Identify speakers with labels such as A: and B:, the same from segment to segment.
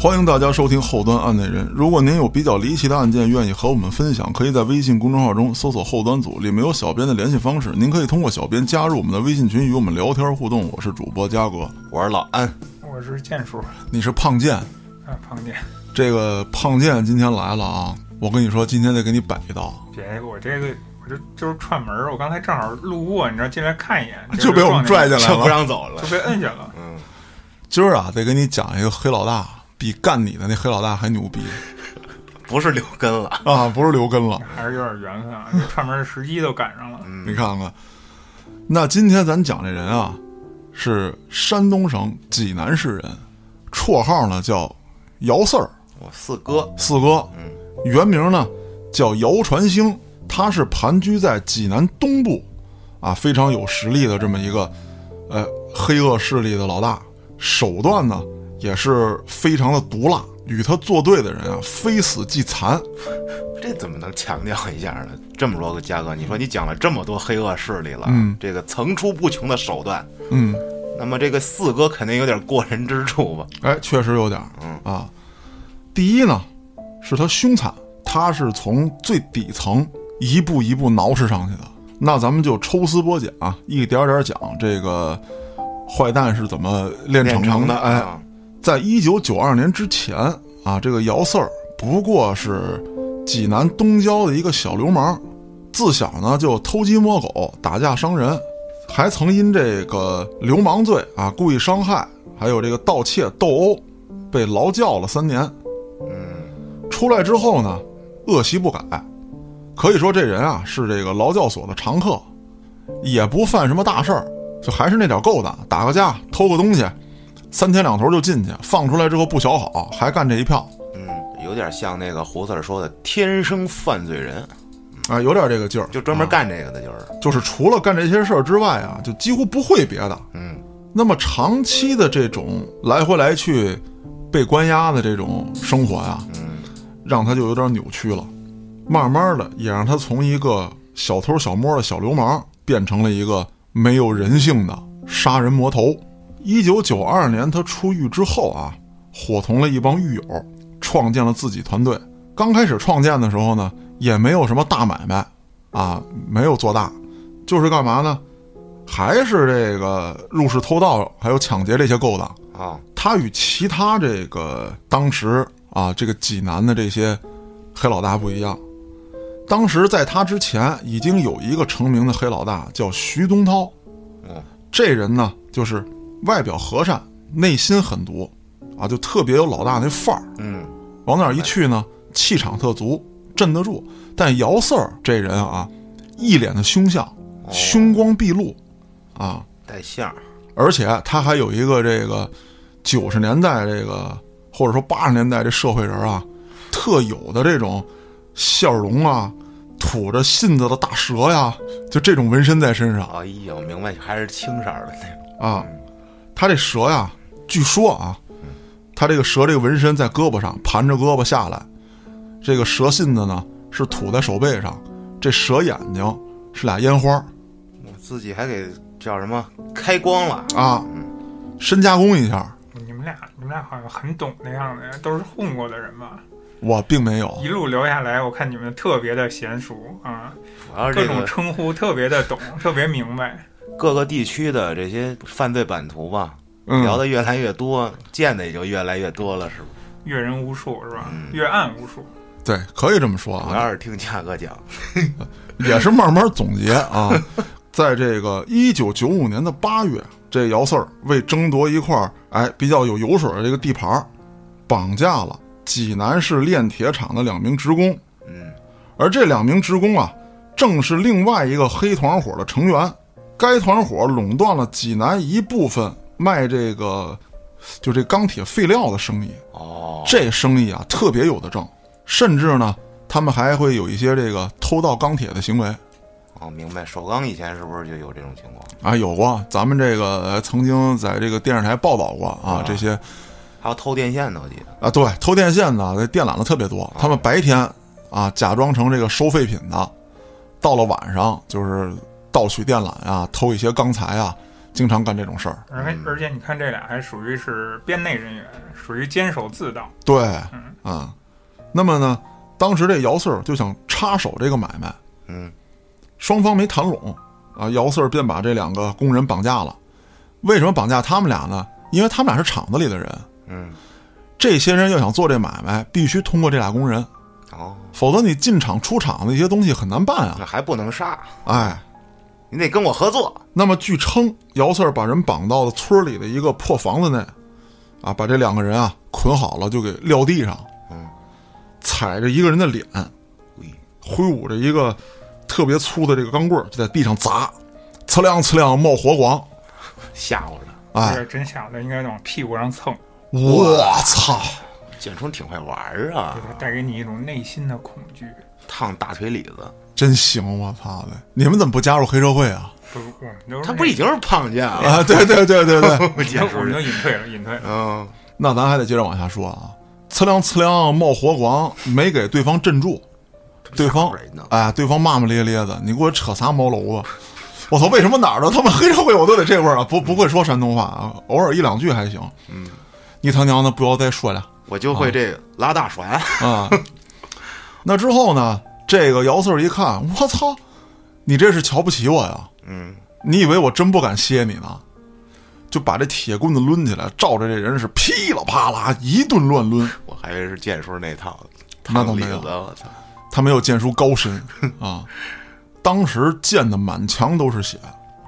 A: 欢迎大家收听《后端案内人》。如果您有比较离奇的案件，愿意和我们分享，可以在微信公众号中搜索“后端组”，里面有小编的联系方式。您可以通过小编加入我们的微信群，与我们聊天互动。我是主播嘉哥，
B: 我是老安，
C: 我是建叔
A: 你是胖健，
C: 啊，胖姐，
A: 这个胖健今天来了啊！我跟你说，今天得给你摆一道，
C: 别我这个我就就是串门儿，我刚才正好路过，你知道进来看一眼，
A: 就被我们拽进
C: 来，
A: 来
B: 就
A: 了。
B: 不让走了
C: 就。被摁下了。
B: 嗯，
A: 今儿啊，得给你讲一个黑老大，比干你的那黑老大还牛逼
B: 不是留根了，
A: 啊！不是刘根了，
C: 还是有点缘 分啊，这串门儿的时机都赶上了。
A: 你看看。那今天咱讲这人啊，是山东省济南市人，绰号呢叫姚四儿
B: 我四哥，
A: 四哥，
B: 嗯
A: 原名呢叫姚传兴，他是盘踞在济南东部，啊，非常有实力的这么一个，呃，黑恶势力的老大，手段呢也是非常的毒辣，与他作对的人啊，非死即残。
B: 这怎么能强调一下呢？这么多个嘉哥，你说你讲了这么多黑恶势力了，
A: 嗯
B: 这个层出不穷的手段，
A: 嗯，
B: 那么这个四哥肯定有点过人之处吧？
A: 哎，确实有点儿
B: 嗯
A: 啊。第一呢，是他凶残，他是从最底层一步一步挠饬上去的。那咱们就抽丝剥茧啊，一点点讲这个坏蛋是怎么炼
B: 练
A: 成
B: 成
A: 的。哎，
B: 啊
A: 在一九九二年之前啊，这个姚四儿不过是济南东郊的一个小流氓，自小呢就偷鸡摸狗、打架伤人，还曾因这个流氓罪啊、故意伤害，还有这个盗窃、斗殴，被劳教了三年。
B: 嗯，
A: 出来之后呢，恶习不改，可以说这人啊是这个劳教所的常客，也不犯什么大事儿，就还是那点勾当，打个架，偷个东西，三天两头就进去，放出来之后不小好，还干这一票，
B: 嗯，有点像那个胡四儿说的“天生犯罪人
A: 啊、有点这个劲儿”，，
B: 就专门
A: 啊
B: 干这个的，就是，
A: 就是除了干这些事儿之外啊，就几乎不会别的。
B: 嗯，
A: 那么长期的这种来回来去被关押的这种生活呀、
B: 嗯，
A: 让他就有点扭曲了。慢慢的，也让他从一个小偷小摸的小流氓，变成了一个没有人性的杀人魔头。一九九二年，他出狱之后啊，伙同了一帮狱友，创建了自己团队。刚开始创建的时候呢，也没有什么大买卖，啊，没有做大，就是干嘛呢？还是这个入室偷盗，还有抢劫这些勾当。
B: 啊，
A: 他与其他这个当时啊，这个济南的这些黑老大不一样。当时在他之前已经有一个成名的黑老大叫徐东涛，
B: 嗯，
A: 这人呢就是外表和善，内心狠毒，啊，就特别有老大那范儿。
B: 嗯，
A: 往那儿一去呢，气场特足，镇得住。但姚四儿这人啊，一脸的凶相，凶光毕露，啊，
B: 带相儿，
A: 而且他还有一个这个九十年代这个或者说八十年代这社会人啊特有的这种笑容啊，吐着信子的大蛇呀，就这种纹身在身上
B: 哎呀，我明白，还是青色儿的那种，
A: 啊。他这蛇呀，据说啊，他这个蛇这个纹身在胳膊上盘着胳膊下来，这个蛇信子呢是吐在手背上，这蛇眼睛是俩烟花
B: 我自己还给叫什么开光了，
A: 啊，深加工一下，
C: 你们俩，你们俩好像很懂那样的，都是混过的人吧？
A: 我并没有。
C: 一路聊下来，我看你们特别的娴熟啊，
B: 主要是
C: 各
B: 这
C: 种
B: 个
C: 称呼特别的懂， 特别明白。
B: 各个地区的这些犯罪版图吧，
A: 嗯
B: 聊的越来越多，见的也就越来越多了，是不是？
C: 阅人无数是吧
B: 嗯？
C: 阅案无数，
A: 对，可以这么说啊。
B: 主要是听嘉哥讲，
A: 也是慢慢总结啊。在这个一九九五年的八月，这姚四儿为争夺一块儿哎比较有油水的这个地盘儿，绑架了济南市炼铁厂的两名职工，
B: 嗯，
A: 而这两名职工啊，正是另外一个黑团伙的成员。该团伙垄断了济南一部分卖这个就这钢铁废料的生意，
B: 哦，
A: 这生意啊特别有的挣，甚至呢，他们还会有一些这个偷盗钢铁的行为。
B: 哦，明白。首钢以前是不是就有这种情况？
A: 啊，有过，咱们这个呃曾经在这个电视台报道过啊，
B: 啊
A: 这些
B: 还有偷电线的，我记得。
A: 啊，对，偷电线的、这电缆的特别多。他们白天啊，假装成这个收废品的，到了晚上就是盗取电缆啊，偷一些钢材啊，经常干这种事儿。
C: 而且而且你看这俩还属于是编内人员，属于坚守自盗。
A: 对，嗯，那么呢，当时这姚四儿就想插手这个买卖，
B: 嗯，
A: 双方没谈拢啊，姚四儿便把这两个工人绑架了。为什么绑架他们俩呢？因为他们俩是厂子里的人，
B: 嗯，
A: 这些人要想做这买卖，必须通过这俩工人，
B: 哦，
A: 否则你进厂出厂的一些东西很难办啊。
B: 那还不能杀，
A: 哎，
B: 你得跟我合作。
A: 那么据称，姚四儿把人绑到了村里的一个破房子内，啊，把这两个人啊捆好了，就给撂地上，
B: 嗯，
A: 踩着一个人的脸，
B: 喂
A: 挥舞着一个特别粗的这个钢棍儿，就在地上砸，呲亮呲亮冒火光，
B: 吓唬着，
A: 哎，
C: 这真想的应该往屁股上蹭，
A: 我操！
B: 建春挺会玩儿啊
C: 给，它带给你一种内心的恐惧。
B: 烫大腿里子，
A: 真行，啊我操的！你们怎么不加入黑社会啊？
C: 不，我们都是
B: 他不已经是胖见了？
A: 啊，对对对对对，
B: 我
C: 那
B: 解
C: 我们都
B: 释，
C: 隐退了，隐退了。
B: 嗯，
A: 那咱还得接着往下说啊。呲凉呲凉冒火光，没给对方镇住，对方
B: 吓唬人呢
A: 哎，对方骂骂咧咧的，你给我扯啥毛楼子？我操，为什么哪儿的他妈黑社会我都得这味儿啊？不不会说山东话啊，偶尔一两句还行。嗯，你他娘的不要再说了
B: 我就
A: 哦
B: 会这拉大船，
A: 啊！ 那之后呢，这个姚四儿一看，我操，你这是瞧不起我呀？
B: 嗯，
A: 你以为我真不敢歇你呢？就把这铁棍子抡起来，照着这人是噼里啪啦一顿乱抡。
B: 我还以为是剑叔那套，
A: 那倒
B: 烫里
A: 没有
B: 子，我操，
A: 他没有剑术高深啊，当时溅的满墙都是血，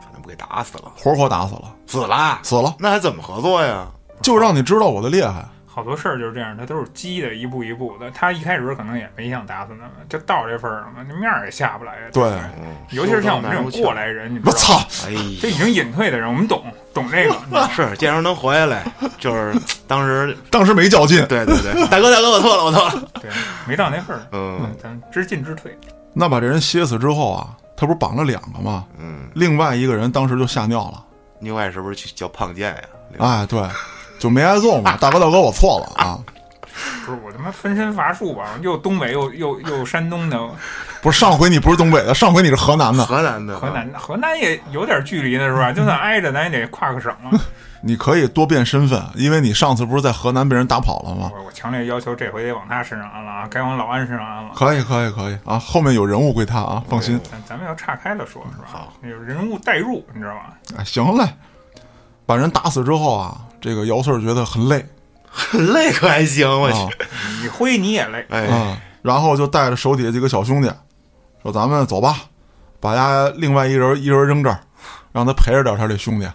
B: 差点不给打死了，
A: 活活打死了，
B: 死了，
A: 死了，
B: 那还怎么合作呀？
A: 就让你知道我的厉害。
C: 好多事儿就是这样，它都是积的，一步一步的。他一开始可能也没想打死他们，就到这份儿上了，你面儿也下不来呀。
A: 对
C: 不
B: 嗯
C: 尤其是像我们这种过来人，你知
A: 我
C: 道吗，
A: 操，
B: 哎呀
C: 这已经隐退的人，我们懂懂这个。你知 道吗
B: 是建叔能活下来，就是当时，
A: 当时没较劲。
B: 对对对，大哥大哥，我错了，我错了，
C: 对，没到那份儿，
B: 嗯
C: 咱知进知退。
A: 那把这人歇死之后啊，他不是绑了两个吗？
B: 嗯，
A: 另外一个人当时就吓尿了，
B: 另外是不是去叫胖健呀？
C: 啊
A: 哎，对，就没挨揍嘛。大哥，大哥，我错了啊，
C: 不是我他妈分身乏术吧？又东北又又又山东的，
A: 不是上回你不是东北的，上回你是河南的，
B: 河南的，
C: 河南的，河南也有点距离的是吧？就算挨着，咱也得跨个省啊。
A: 你可以多变身份，因为你上次不是在河南被人打跑了
B: 啊
A: 吗？
C: 我我强烈要求这回得往他身上安了啊，该往老安身上安了。
A: 可以，可以，可以啊！后面有人物归他啊，放心。
C: 咱咱们要岔开了说，是吧？
B: 嗯好，
C: 有人物代入，你知道吧？
A: 哎，行嘞，把人打死之后啊，这个姚四儿觉得很累
B: 很 累可还行，
C: 哦
B: 我
A: 啊
B: 去，
C: 你挥你也累，
B: 哎，
A: 啊，然后就带着手底下几个小兄弟，说咱们走吧，把家另外一人一人扔这儿，让他陪着点他这 兄弟，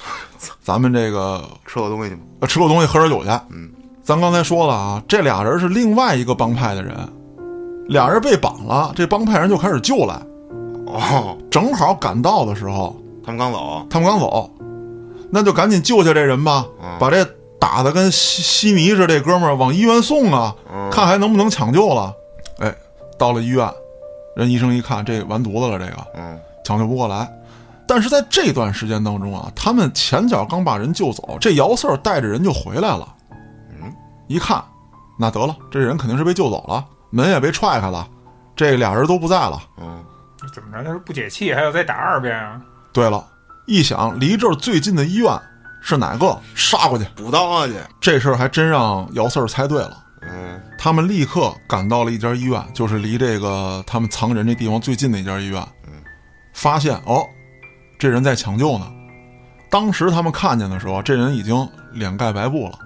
A: 咱们这个
B: 吃过东西去吗？
A: 呃吃口东西喝点酒去。
B: 嗯，
A: 咱刚才说了啊，这俩人是另外一个帮派的人，俩人被绑了，这帮派人就开始救来，
B: 哦，
A: 正好赶到的时候，
B: 他们刚走，
A: 他们刚走，那就赶紧救下这人吧，
B: 嗯
A: 把这打的跟稀稀泥似的这哥们儿往医院送啊，
B: 嗯
A: 看还能不能抢救了。哎，到了医院，人医生一看，这完犊子了，这个
B: 嗯，
A: 抢救不过来。但是在这段时间当中啊，他们前脚刚把人救走，这姚四儿带着人就回来了。
B: 嗯，
A: 一看，那得了，这人肯定是被救走了，门也被踹开了，这俩人都不在了。
B: 嗯，
C: 怎么着？他说不解气，还要再打二遍啊？
A: 对了，一想离这儿最近的医院是哪个，杀过去。
B: 补刀去，
A: 这事儿还真让姚四儿猜对了。
B: 嗯
A: 他们立刻赶到了一家医院，就是离这个他们藏人这地方最近的一家医院。发现哦，这人在抢救呢。当时他们看见的时候，这人已经脸盖白布了，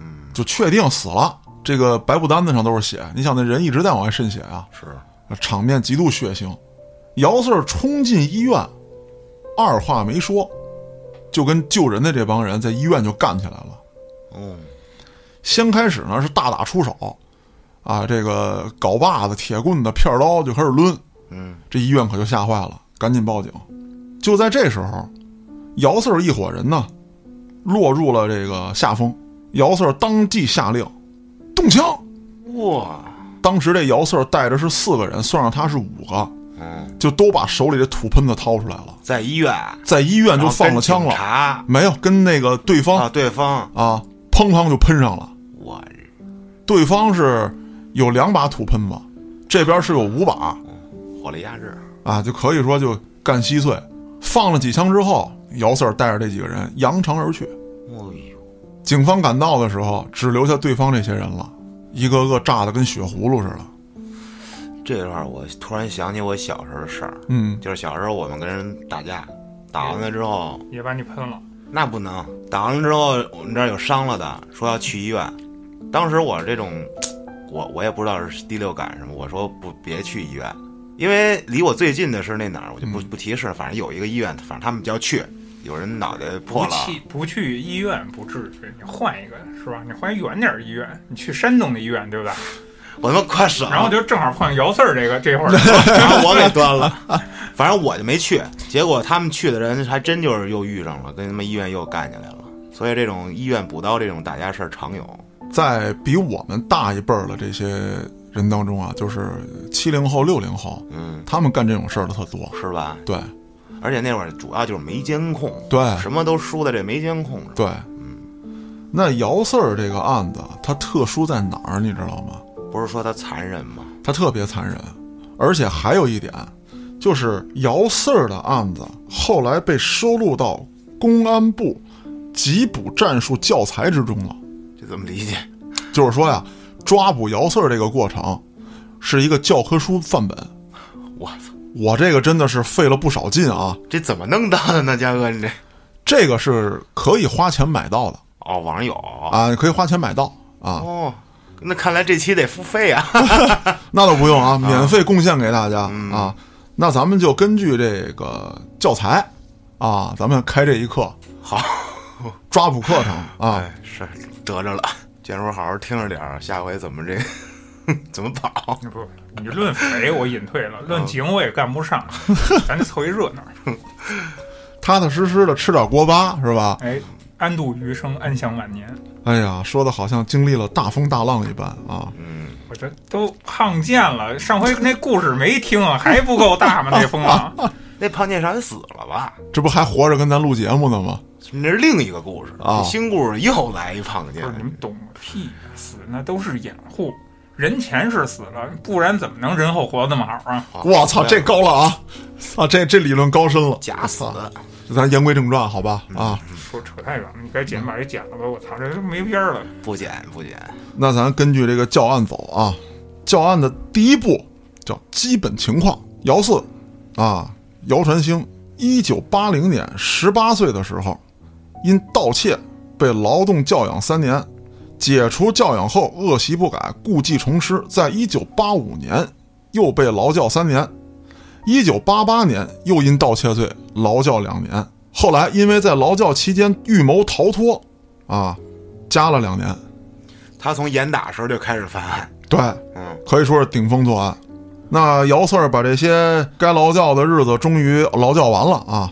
B: 嗯，
A: 就确定死了。这个白布单子上都是血，你想那人一直在往外渗血啊，
B: 是，
A: 场面极度血腥。姚四儿冲进医院，二话没说，就跟救人的这帮人在医院就干起来了。
B: 嗯，
A: 先开始呢是大打出手，啊，这个镐把子、铁棍子、片儿刀就开始抡，
B: 嗯，
A: 这医院可就吓坏了，赶紧报警。就在这时候，姚四儿一伙人呢落入了这个下风，姚四儿当即下令动枪。
B: 哇，
A: 当时这姚四儿带着是四个人，算上他是五个，
B: 嗯，
A: 就都把手里的土喷子掏出来了，
B: 在医院
A: 在医院就
B: 然后
A: 放
B: 跟
A: 了枪
B: 警
A: 了，
B: 察
A: 没有跟那个对
C: 哦
A: 方
B: 啊，对方，
A: 啊，砰砰就喷上了。
B: 我日
A: 对方是有两把土喷子，这边是有五把
B: 火力压制，
A: 啊，就可以说就干稀碎。放了几枪之后，姚四儿带着这几个人扬长而去。
B: 哎呦，
A: 警方赶到的时候，只留下对方这些人了，一个个炸得跟血葫芦似的。
B: 这段儿我突然想起我小时候的事儿，
A: 嗯，
B: 就是小时候我们跟人打架，打完了之后
C: 也把你喷了，
B: 那不能，打完了之后我们这儿有伤了的，说要去医院。当时我这种，我我也不知道是第六感什么，我说不别去医院，因为离我最近的是那哪儿，我就不
C: 嗯
B: 不提示，反正有一个医院，反正他们就要去，有人脑袋破
C: 不
B: 了，
C: 去不去医院不治去，你换一个是吧？你换远点儿医院，你去山东的医院对吧？
B: 我他妈快手，
C: 然后就正好换姚四儿这个这 会儿，
B: 然后我给 端了，反正我就没去。结果他们去的人还真就是又遇上了，跟他们医院又干起来了。所以这种医院补刀这种打架事儿常有。
A: 在比我们大一辈儿的这些人当中啊，就是七零后、六零后，
B: 嗯，
A: 他们干这种事儿的特多。
B: 是吧？
A: 对
B: 而且那会儿主要就是没监控，
A: 对
B: 什么都输在这没监控上。
A: 对，那姚四儿这个案子，它特殊在哪儿，你知道吗？
B: 不是说他残忍吗？
A: 它特别残忍，而且还有一点，就是姚四儿的案子后来被收录到公安部缉捕战术教材之中了。
B: 这怎么理解？
A: 就是说呀，抓捕姚四儿这个过程是一个教科书范本。
B: 我操，
A: 我这个真的是费了不少劲啊，
B: 这怎么弄到的呢？嘉哥，你这
A: 这个是可以花钱买到的
B: 哦，网上有
A: 啊，可以花钱买到啊，
B: 哦，那看来这期得付费啊。
A: 那倒不用啊，免费贡献给大家
B: 嗯
A: 啊。那咱们就根据这个教材啊，咱们开这一课
B: 好，
A: 抓捕课程啊，
B: 哎，是得着了。建叔，好好听着点儿，下回怎么这 怎么跑？
C: 不，你论肥我隐退了，
B: 嗯
C: 论井我也干不上，咱就凑一热闹。
A: 踏踏实实的吃点锅巴是吧？
C: 哎，安度余生，安享晚年。
A: 哎呀，说的好像经历了大风大浪一般啊。
B: 嗯，
C: 我这都胖见了，上回那故事没听，啊还不够大吗？那风啊 浪，
B: 那胖剑山死了吧？
A: 这不还活着跟咱录节目呢吗？
B: 那是另一个故事
A: 哦
B: 新故事又来一胖
C: 不
B: 剑
C: 是，你们懂个屁呀！死那都是掩护，人前是死了，不然怎么能人后活得那么好啊？
B: 啊
A: 我操，这高了啊！啊，这这理论高深了。
B: 假死嗯
A: 啊咱言归正传，好吧？啊，
C: 说扯太远了，你该剪把这剪了吧！我操，这都没边儿了。
B: 不减不减，
A: 那咱根据这个教案走啊。教案的第一步叫基本情况。姚四，啊，姚传兴，一九八零年十八岁的时候，因盗窃被劳动教养三年，解除教养后恶习不改，故伎重施。在一九八五年又被劳教三年，一九八八年又因盗窃罪劳教两年。后来因为在劳教期间预谋逃脱，啊，加了两年。
B: 他从严打时候就开始犯案。
A: 对，
B: 嗯，
A: 可以说是顶风作案。那姚四儿把这些该劳教的日子终于劳教完了啊，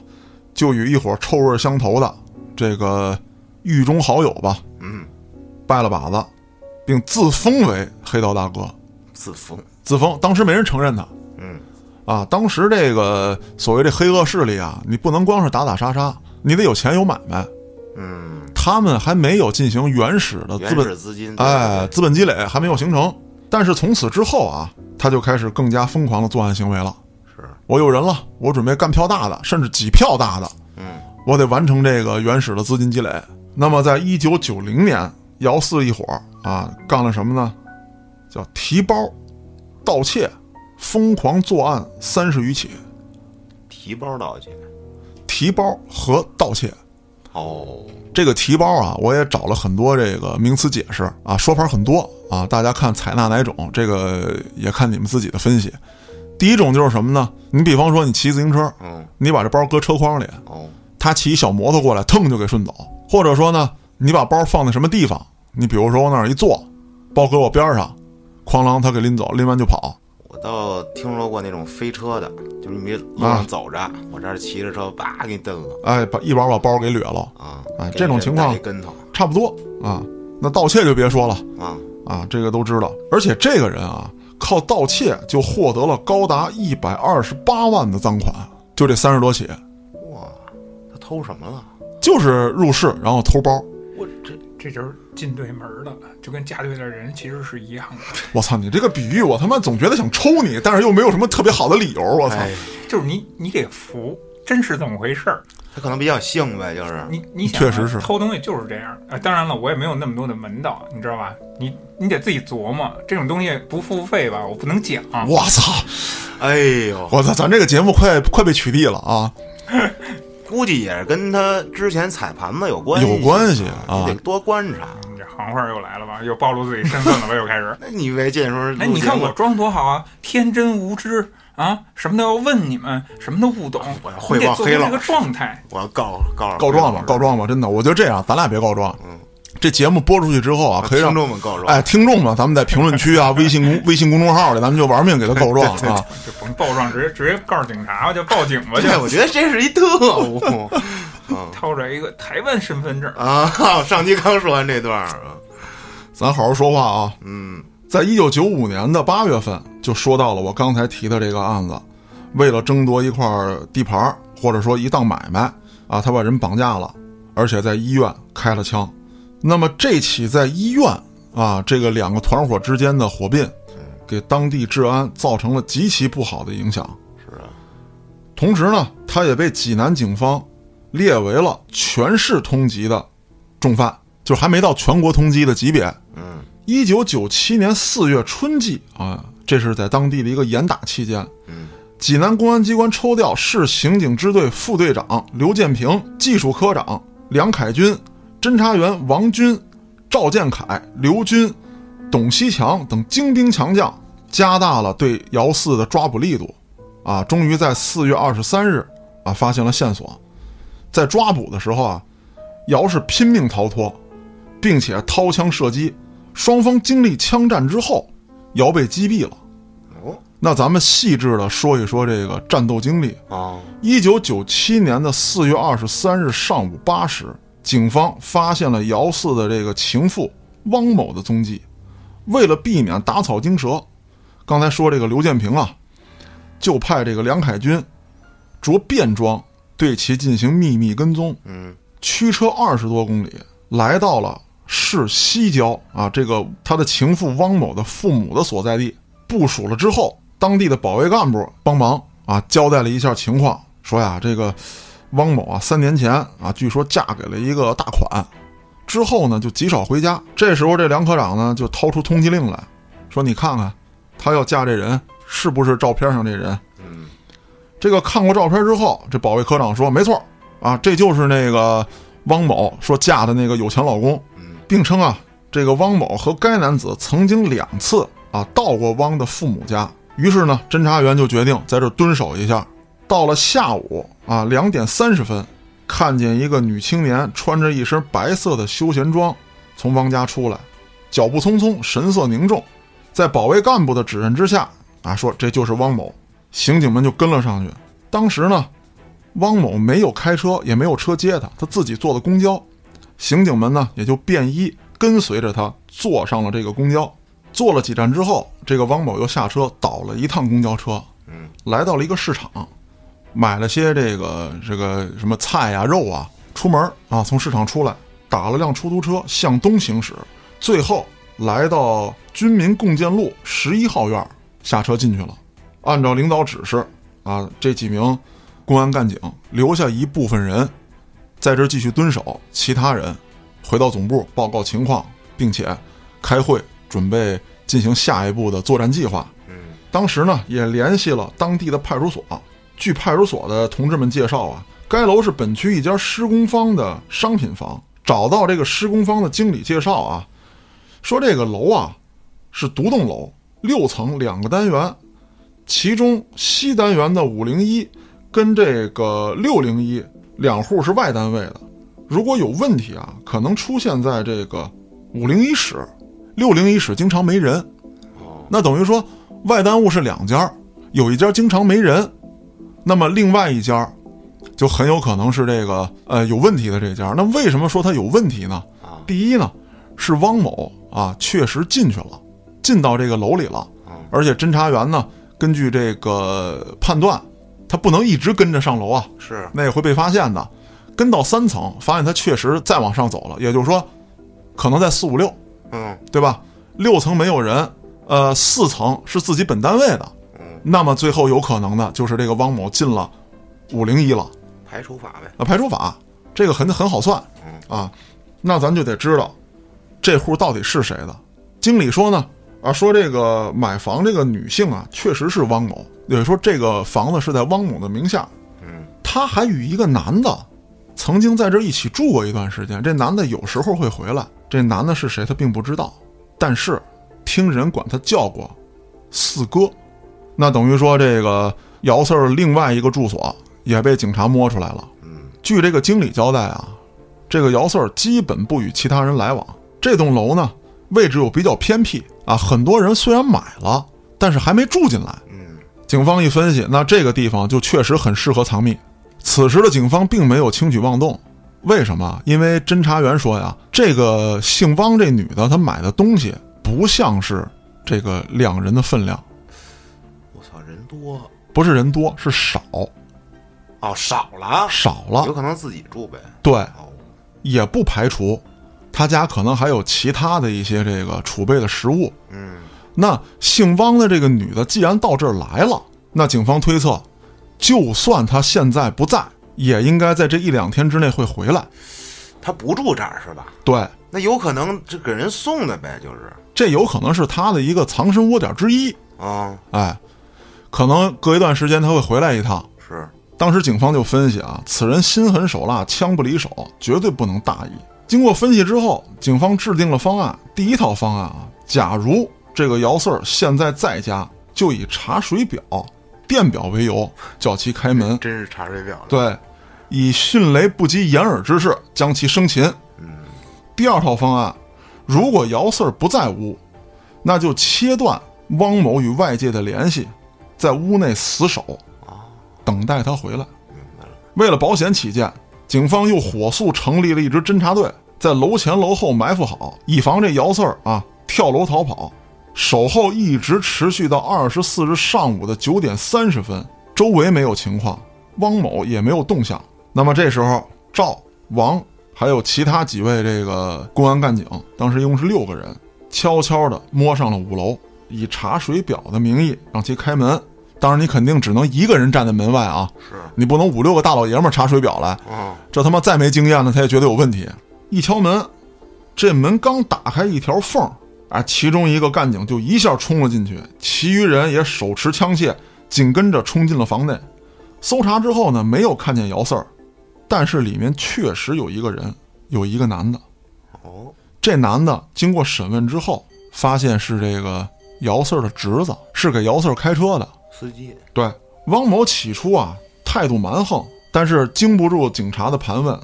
A: 就与一伙臭味相投的这个狱中好友吧，
B: 嗯，
A: 拜了把子，并自封为黑道大哥。
B: 自封。
A: 自封，当时没人承认他
B: 嗯，
A: 啊。当时这个所谓这黑恶势力啊，你不能光是打打杀杀，你得有钱有买卖。
B: 嗯，
A: 他们还没有进行原始的哦资
B: 原
A: 本
B: 始资金。
A: 哎，资本积累还没有形成，但是从此之后啊，他就开始更加疯狂的作案行为了。
B: 是，
A: 我有人了，我准备干票大的，甚至几票大的，
B: 嗯，
A: 我得完成这个原始的资金积累。那么，在一九九零年，姚四一伙儿啊干了什么呢？叫提包、盗窃、疯狂作案三十余起，
B: 提包盗窃。
A: 提包和盗窃。
B: 哦，
A: 这个提包啊，我也找了很多这个名词解释啊，说法很多啊，大家看采纳哪种，这个也看你们自己的分析。第一种就是什么呢？你比方说你骑自行车，
B: 嗯，
A: 你把这包搁车筐里，
B: 哦，
A: 他骑一小摩托过来，腾就给顺走；或者说呢，你把包放在什么地方，你比如说往那儿一坐，包搁我边上，啊哐啷他给拎走，拎完就跑。
B: 我倒听说过那种飞车的，就是你
A: 啊
B: 路上走着，我这儿骑着车，叭给你蹬了
A: 哎，把一把把包给掠了，
B: 啊
A: 哎
B: 给
A: 这种
B: 人
A: 情况
B: 打一跟头
A: 差不多啊。那盗窃就别说了。
B: 啊，
A: 啊，这个都知道。而且这个人啊，靠盗窃就获得了高达一百二十八万的赃款，就这三十多起，
B: 哇，他偷什么了？
A: 就是入室然后偷包。
B: 我这
C: 这就是进对门儿了，就跟嫁对的人其实是一样的，
A: 我操，你这个比喻，我他妈总觉得想抽你，但是又没有什么特别好的理由。我操，
B: 哎，
C: 就是你你给扶，真是这么回事儿。
B: 他可能比较性呗，就是
C: 你你想、啊，
A: 确实是
C: 偷东西就是这样啊。当然了，我也没有那么多的门道，你知道吧？你你得自己琢磨，这种东西不付费吧，我不能讲。啊
A: 我操！
B: 哎呦，
A: 我操！咱这个节目快快被取缔了啊！
B: 估计也是跟他之前踩盘子有关系，
A: 有关系啊
B: 你得多观察。
C: 你这行话又来了吧？又暴露自己身份了吧？又开始。
B: 那你没见说，
C: 哎，你看我装多好啊，天真无知啊，什么都要问你们，什么都不懂，
B: 我要汇
C: 你得
B: 报
C: 做
B: 黑
C: 出
B: 老
C: 那个状态。
B: 我要告告
A: 告状吧，告状吧，真的，我觉得这样，咱俩别告状。
B: 嗯，
A: 这节目播出去之后啊，可以让
B: 听众们告状
A: 哎，听众们，咱们在评论区啊、微信公微信公众号里，咱们就玩命给他告状啊。
C: 就甭告状，直接直接告诉警察吧，就报警吧，就
B: 对，我觉得这是一特务 嗯
C: 掏出来一个台湾身份证。
B: 啊！上期刚说完这段儿啊，
A: 咱好好说话啊。
B: 嗯，
A: 在一九九五年的八月份，就说到了我刚才提的这个案子，为了争夺一块地盘儿或者说一档买卖啊，他把人绑架了，而且在医院开了枪。那么这起在医院啊，这个两个团伙之间的火并，
B: 嗯
A: 给当地治安造成了极其不好的影响。
B: 是啊，
A: 同时呢，他也被济南警方列为了全市通缉的重犯，就是还没到全国通缉的级别。
B: 嗯
A: 一九九七年四月春季啊，这是在当地的一个严打期间，
B: 嗯，
A: 济南公安机关抽调市刑警支队副队长刘建平、技术科长梁凯军、侦查员王军、赵建凯、刘军、董西强等精兵强将，加大了对姚四的抓捕力度。啊，终于在四月二十三日啊，发现了线索。在抓捕的时候啊，姚是拼命逃脱，并且掏枪射击。双方经历枪战之后，姚被击毙了。
B: 哦
A: 那咱们细致的说一说这个战斗经历。
B: 哦，
A: 一九九七年的四月二十三日上午八时，警方发现了姚四的这个情妇汪某的踪迹。为了避免打草惊蛇，刚才说这个刘建平啊，就派这个梁凯军着便装对其进行秘密跟踪，
B: 嗯
A: 驱车二十多公里，来到了市西郊啊，这个他的情妇汪某的父母的所在地。部署了之后，当地的保卫干部帮忙啊，交代了一下情况，说呀，这个汪某啊，三年前啊，据说嫁给了一个大款，之后呢就极少回家。这时候，这梁科长呢就掏出通缉令来说：“你看看，他要嫁这人是不是照片上这人？”
B: 嗯，
A: 这个看过照片之后，这保卫科长说：“没错，啊，这就是那个汪某说嫁的那个有钱老公
B: 嗯，
A: 并称啊，这个汪某和该男子曾经两次啊到过汪的父母家。”于是呢，侦查员就决定在这儿蹲守一下。到了下午啊两点三十分，看见一个女青年穿着一身白色的休闲装从汪家出来，脚步匆匆，神色凝重，在保卫干部的指认之下啊，说这就是汪某。刑警们就跟了上去。当时呢，汪某没有开车，也没有车接他，他自己坐的公交。刑警们呢也就便衣跟随着他坐上了这个公交。坐了几站之后，这个汪某又下车倒了一趟公交车，
B: 嗯，
A: 来到了一个市场，买了些这个这个什么菜呀、肉啊，出门啊，从市场出来，打了辆出租车向东行驶，最后来到军民共建路十一号院，下车进去了。按照领导指示啊，这几名公安干警留下一部分人在这儿继续蹲守，其他人回到总部报告情况，并且开会准备进行下一步的作战计划。
B: 嗯，
A: 当时呢也联系了当地的派出所。据派出所的同志们介绍啊，该楼是本区一家施工方的商品房。找到这个施工方的经理介绍啊，说这个楼啊是独栋楼，六层两个单元，其中西单元的五零一跟这个六零一两户是外单位的。如果有问题啊，可能出现在这个五零一室、六零一室经常没人，
B: 哦，
A: 那等于说外单务是两家儿，有一家经常没人，那么另外一家儿就很有可能是这个呃有问题的这家儿。那为什么说它有问题呢？
B: 啊
A: 第一呢，是汪某啊确实进去了，进到这个楼里了
B: 嗯，
A: 而且侦查员呢根据这个判断，他不能一直跟着上楼啊，
B: 是，
A: 那也会被发现的。跟到三层，发现他确实再往上走了，也就是说，可能在四五六。
B: 嗯
A: 对吧？六层没有人，呃，四层是自己本单位的
B: 嗯，
A: 那么最后有可能的就是这个汪某进了五零一了，
B: 排除法呗。
A: 啊，排除法这个很很好算啊，那咱就得知道这户到底是谁的。经理说呢，啊，说这个买房这个女性啊，确实是汪某，也就是说这个房子是在汪某的名下。
B: 嗯，
A: 他还与一个男的曾经在这一起住过一段时间，这男的有时候会回来，这男的是谁他并不知道，但是听人管他叫过四哥。那等于说，这个姚四儿另外一个住所也被警察摸出来了。
B: 嗯，
A: 据这个经理交代啊，这个姚四儿基本不与其他人来往。这栋楼呢，位置又比较偏僻啊，很多人虽然买了，但是还没住进来。
B: 嗯，
A: 警方一分析，那这个地方就确实很适合藏匿。此时的警方并没有轻举妄动，为什么？因为侦查员说呀，这个姓汪这女的她买的东西不像是这个两人的分量，
B: 我操，人多
A: 不是人多，是少
B: 哦，少了，
A: 少
B: 有
A: 了。
B: 可能自己住呗。
A: 对，
B: 哦，
A: 也不排除他家可能还有其他的一些这个储备的食物。
B: 嗯，
A: 那姓汪的这个女的既然到这儿来了，那警方推测，就算她现在不在，也应该在这一两天之内会回来。
B: 他不住这儿是吧？
A: 对，
B: 那有可能这给人送的呗，就是
A: 这有可能是她的一个藏身窝点之一。
B: 啊、
A: 哎，可能隔一段时间她会回来一趟。
B: 是
A: 当时警方就分析啊，此人心狠手辣，枪不离手，绝对不能大意。经过分析之后，警方制定了方案。第一套方案啊，假如这个姚四儿现在在家，就以查水表、电表为由叫其开门，
B: 真是查水表了。，
A: 对，以迅雷不及掩耳之势将其生擒。
B: 嗯，
A: 第二套方案，如果姚四儿不在屋，那就切断汪某与外界的联系，在屋内死守，等待他回来。
B: 哦明白了。
A: 为了保险起见，警方又火速成立了一支侦察队，在楼前楼后埋伏好，以防这姚四儿啊跳楼逃跑。守候一直持续到二十四日上午的九点三十分，周围没有情况，汪某也没有动向。那么这时候，赵、王还有其他几位这个公安干警，当时一共是六个人，悄悄地摸上了五楼，以查水表的名义让其开门。当然，你肯定只能一个人站在门外啊，
B: 是，
A: 你不能五六个大老爷们儿查水表来，
B: 嗯，
A: 这他妈再没经验了，他也觉得有问题。一敲门，这门刚打开一条缝儿，啊，其中一个干警就一下冲了进去，其余人也手持枪械，紧跟着冲进了房内。搜查之后呢，没有看见姚四儿，但是里面确实有一个人，有一个男的。
B: 哦，
A: 这男的经过审问之后，发现是这个姚四儿的侄子，是给姚四儿开车的。
B: 司机，
A: 对，汪某起初啊态度蛮横，但是经不住警察的盘问，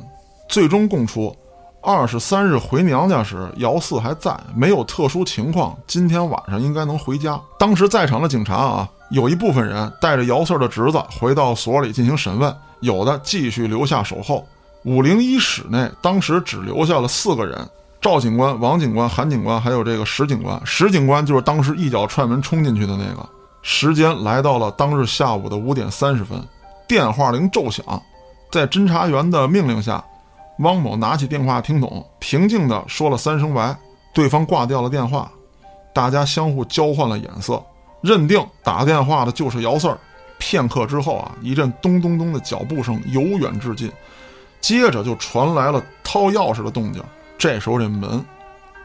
A: 最终供出，二十三日回娘家时，姚四还在，没有特殊情况，今天晚上应该能回家。当时在场的警察啊，有一部分人带着姚四的侄子回到所里进行审问，有的继续留下守候。五零一室内当时只留下了四个人。赵警官、王警官、韩警官，还有这个石警官。石警官就是当时一脚踹门冲进去的那个。时间来到了当日下午的五点三十分，电话铃骤响，在侦查员的命令下，汪某拿起电话听筒，平静地说了三声“喂”，对方挂掉了电话，大家相互交换了眼色，认定打电话的就是姚四儿。片刻之后啊，一阵咚咚咚的脚步声由远至近，接着就传来了掏钥匙的动静。这时候这门，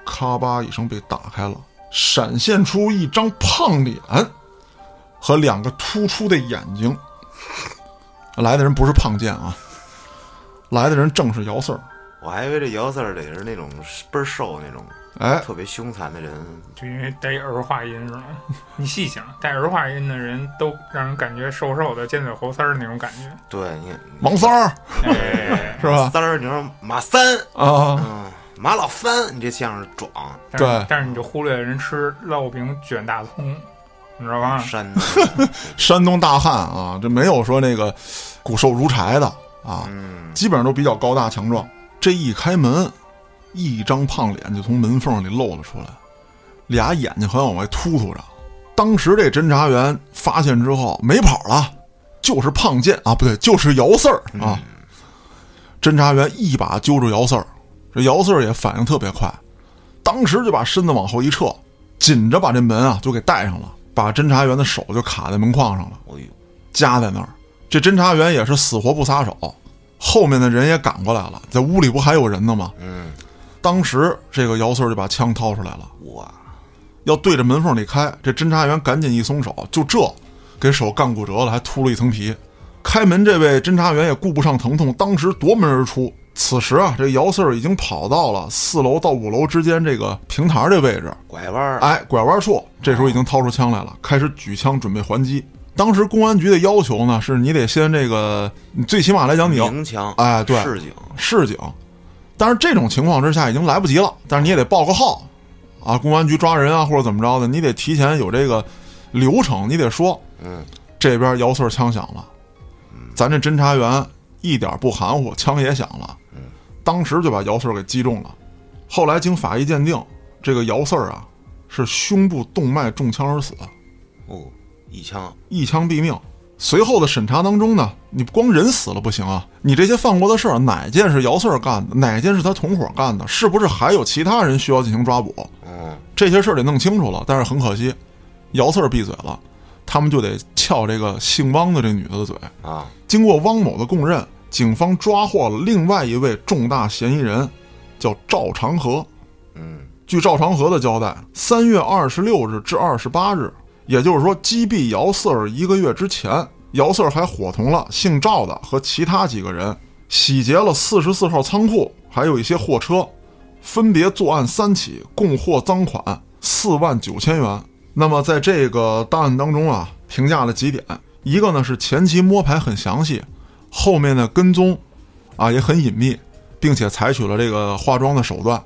A: 咔吧一声被打开了，闪现出一张胖脸。和两个突出的眼睛。来的人不是胖健啊，来的人正是姚四儿。
B: 我还以为这姚四儿得是那种倍儿瘦那种，
A: 哎，
B: 特别凶残的人。
C: 就因为带儿化音是吗？ 你细想，带儿化音的人都让人感觉瘦瘦的、尖嘴猴丝儿那种感觉，
B: 对你，你
A: 王三儿
C: 哎，
A: 是吧？
B: 三儿，你说马三，
A: 啊，
B: 嗯，马老三，你这相声壮，
C: 但是
A: 对
C: 但是你就忽略了人吃烙饼卷大葱，你知道
A: 嗯
C: 吧？
B: 山，
A: 山东大汉啊，这没有说那个骨瘦如柴的啊，
B: 嗯，
A: 基本上都比较高大强壮。这一开门，一张胖脸就从门缝里露了出来，俩眼睛还往外突突着。当时这侦查员发现之后没跑了，就是胖健啊，不对，就是姚四儿啊。侦查员一把揪住姚四儿，这姚四儿也反应特别快，当时就把身子往后一撤，紧着把这门啊就给带上了，把侦查员的
B: 哎
A: 手就卡在门框上了。
B: 我有
A: 夹在那儿。这侦查员也是死活不撒手，后面的人也赶过来了，在屋里不还有人呢吗？
B: 嗯，
A: 当时这个姚四儿就把枪掏出来了，
B: 哇，
A: 要对着门缝里开。这侦查员赶紧一松手，就这给手干骨折了，还秃了一层皮。开门这位侦查员也顾不上疼痛，当时夺门而出。此时啊，这姚四儿已经跑到了四楼到五楼之间这个平台这位置，
B: 拐弯儿，
A: 哎，拐弯处，这时候已经掏出枪来了，开始举枪准备还击。当时公安局的要求呢，是你得先这个，你最起码来讲你要
B: 鸣枪，
A: 哎对
B: 示警，
A: 示警。但是这种情况之下已经来不及了，但是你也得报个号啊，公安局抓人啊，或者怎么着的，你得提前有这个流程，你得说
B: 嗯，
A: 这边姚四儿枪响了，咱这侦查员一点不含糊，枪也响了，当时就把姚四儿给击中了。后来经法医鉴定，这个姚四儿啊是胸部动脉中枪而死，
B: 哦，一枪，
A: 一枪毙命。随后的审查当中呢，你不光人死了不行啊，你这些犯过的事儿，哪件是姚四儿干的，哪件是他同伙干的，是不是还有其他人需要进行抓捕？
B: 嗯，
A: 这些事儿得弄清楚了。但是很可惜，姚四儿闭嘴了，他们就得撬这个姓汪的这女的的嘴。
B: 啊，
A: 经过汪某的供认，警方抓获了另外一位重大嫌疑人，叫赵长河。
B: 嗯，
A: 据赵长河的交代，三月二十六日至二十八日，也就是说击毙姚四儿一个月之前，姚四儿还伙同了姓赵的和其他几个人，洗劫了四十四号仓库，还有一些货车，分别作案三起，共获赃款四万九千元。那么在这个档案当中啊，评价了几点，一个呢是前期摸排很详细，后面的跟踪啊也很隐秘，并且采取了这个化妆的手段。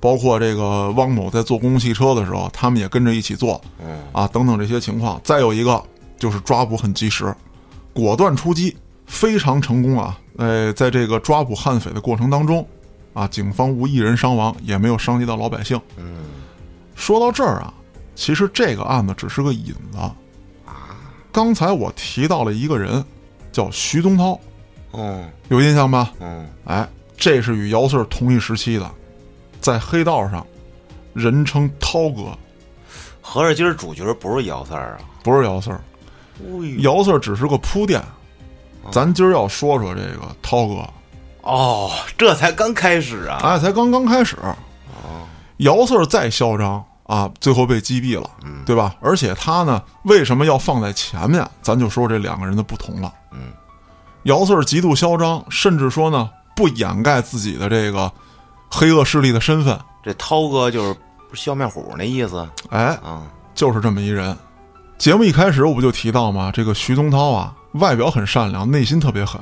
A: 包括这个汪某在坐公共汽车的时候，他们也跟着一起坐，
B: 嗯，
A: 啊，等等这些情况。再有一个就是抓捕很及时，果断出击，非常成功啊！呃，在这个抓捕悍匪的过程当中，啊，警方无一人伤亡，也没有伤及到老百姓。嗯，说到这儿啊，其实这个案子只是个引子。啊刚才我提到了一个人，叫徐宗涛，
B: 嗯，
A: 有印象吧？
B: 嗯，
A: 哎，这是与姚四儿同一时期的，在黑道上，人称涛哥，
B: 合着今儿主角不是姚三儿啊？哎
A: 不是姚四儿，
B: 有
A: 姚四儿只是个铺垫。咱今儿要说说这个涛哥，
B: 哦，这才刚开始啊！
A: 哎，才刚刚开始。姚四儿再嚣张啊，最后被击毙了，对吧？而且他呢，为什么要放在前面？咱就说这两个人的不同了。
B: 嗯，
A: 姚四儿极度嚣张，甚至说呢，不掩盖自己的这个黑恶势力的身份。
B: 这涛哥就是笑面虎那意思
A: 哎，
B: 啊，
A: 就是这么一人。节目一开始我不就提到吗？这个徐宗涛啊，外表很善良，内心特别狠，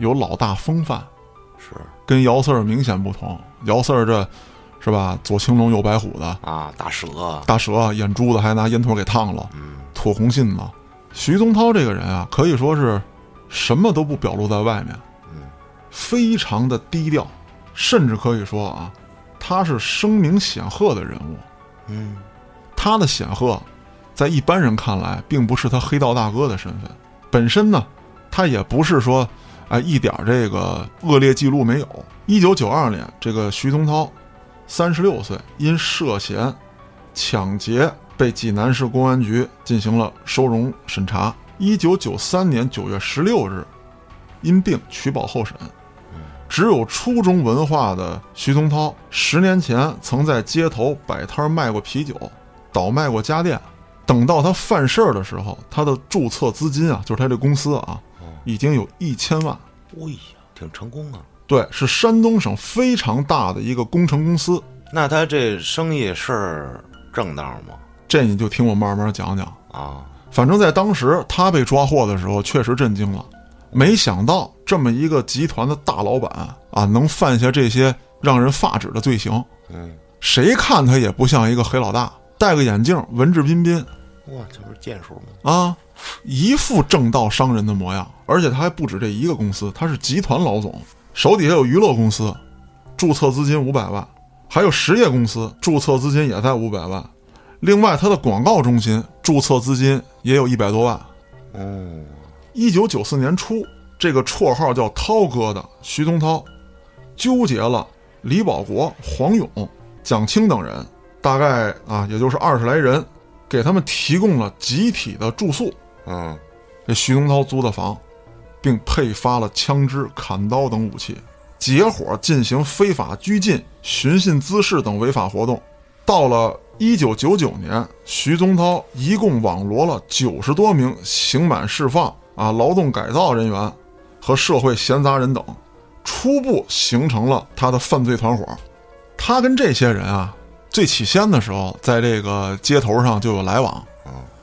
A: 有老大风范，
B: 是
A: 跟姚四儿明显不同。姚四儿这，是吧？左青龙右白虎的，
B: 啊，大蛇啊，
A: 大蛇眼珠子还拿烟头给烫了，吐红信子。徐宗涛这个人啊，可以说是什么都不表露在外面，非常的低调，甚至可以说啊，他是声名显赫的人物。
B: 嗯，
A: 他的显赫，在一般人看来，并不是他黑道大哥的身份。本身呢，他也不是说，哎，一点儿这个恶劣记录没有。一九九二年，这个徐宗涛，三十六岁，因涉嫌抢劫被济南市公安局进行了收容审查。一九九三年九月十六日，因病取保候审。只有初中文化的徐宗涛，十年前曾在街头摆摊卖过啤酒，倒卖过家电。等到他犯事儿的时候，他的注册资金啊，就是他这公司啊，已经有一千万。
B: 哎呀，挺成功啊。
A: 对，是山东省非常大的一个工程公司。
B: 那他这生意是正当吗？
A: 这你就听我慢慢讲讲。
B: 啊，
A: 反正在当时他被抓获的时候，确实震惊了，没想到这么一个集团的大老板啊，能犯下这些让人发指的罪行。
B: 嗯，
A: 谁看他也不像一个黑老大，戴个眼镜，文质彬彬
B: 哇，这不是剑术吗？
A: 啊，一副正道商人的模样。而且他还不止这一个公司，他是集团老总，手底下有娱乐公司，注册资金五百万，还有实业公司，注册资金也在五百万。另外，他的广告中心注册资金也有一百多万。
B: 嗯，
A: 一九九四年初，这个绰号叫“涛哥”的徐宗涛，纠结了李保国、黄勇、蒋清等人，大概啊，也就是二十来人，给他们提供了集体的住宿。
B: 嗯，
A: 这徐宗涛租的房，并配发了枪支、砍刀等武器，结伙进行非法拘禁、寻衅滋事等违法活动。到了一九九九年，徐宗涛一共网罗了九十多名刑满释放啊、劳动改造人员和社会闲杂人等，初步形成了他的犯罪团伙。他跟这些人啊，最起先的时候，在这个街头上就有来往，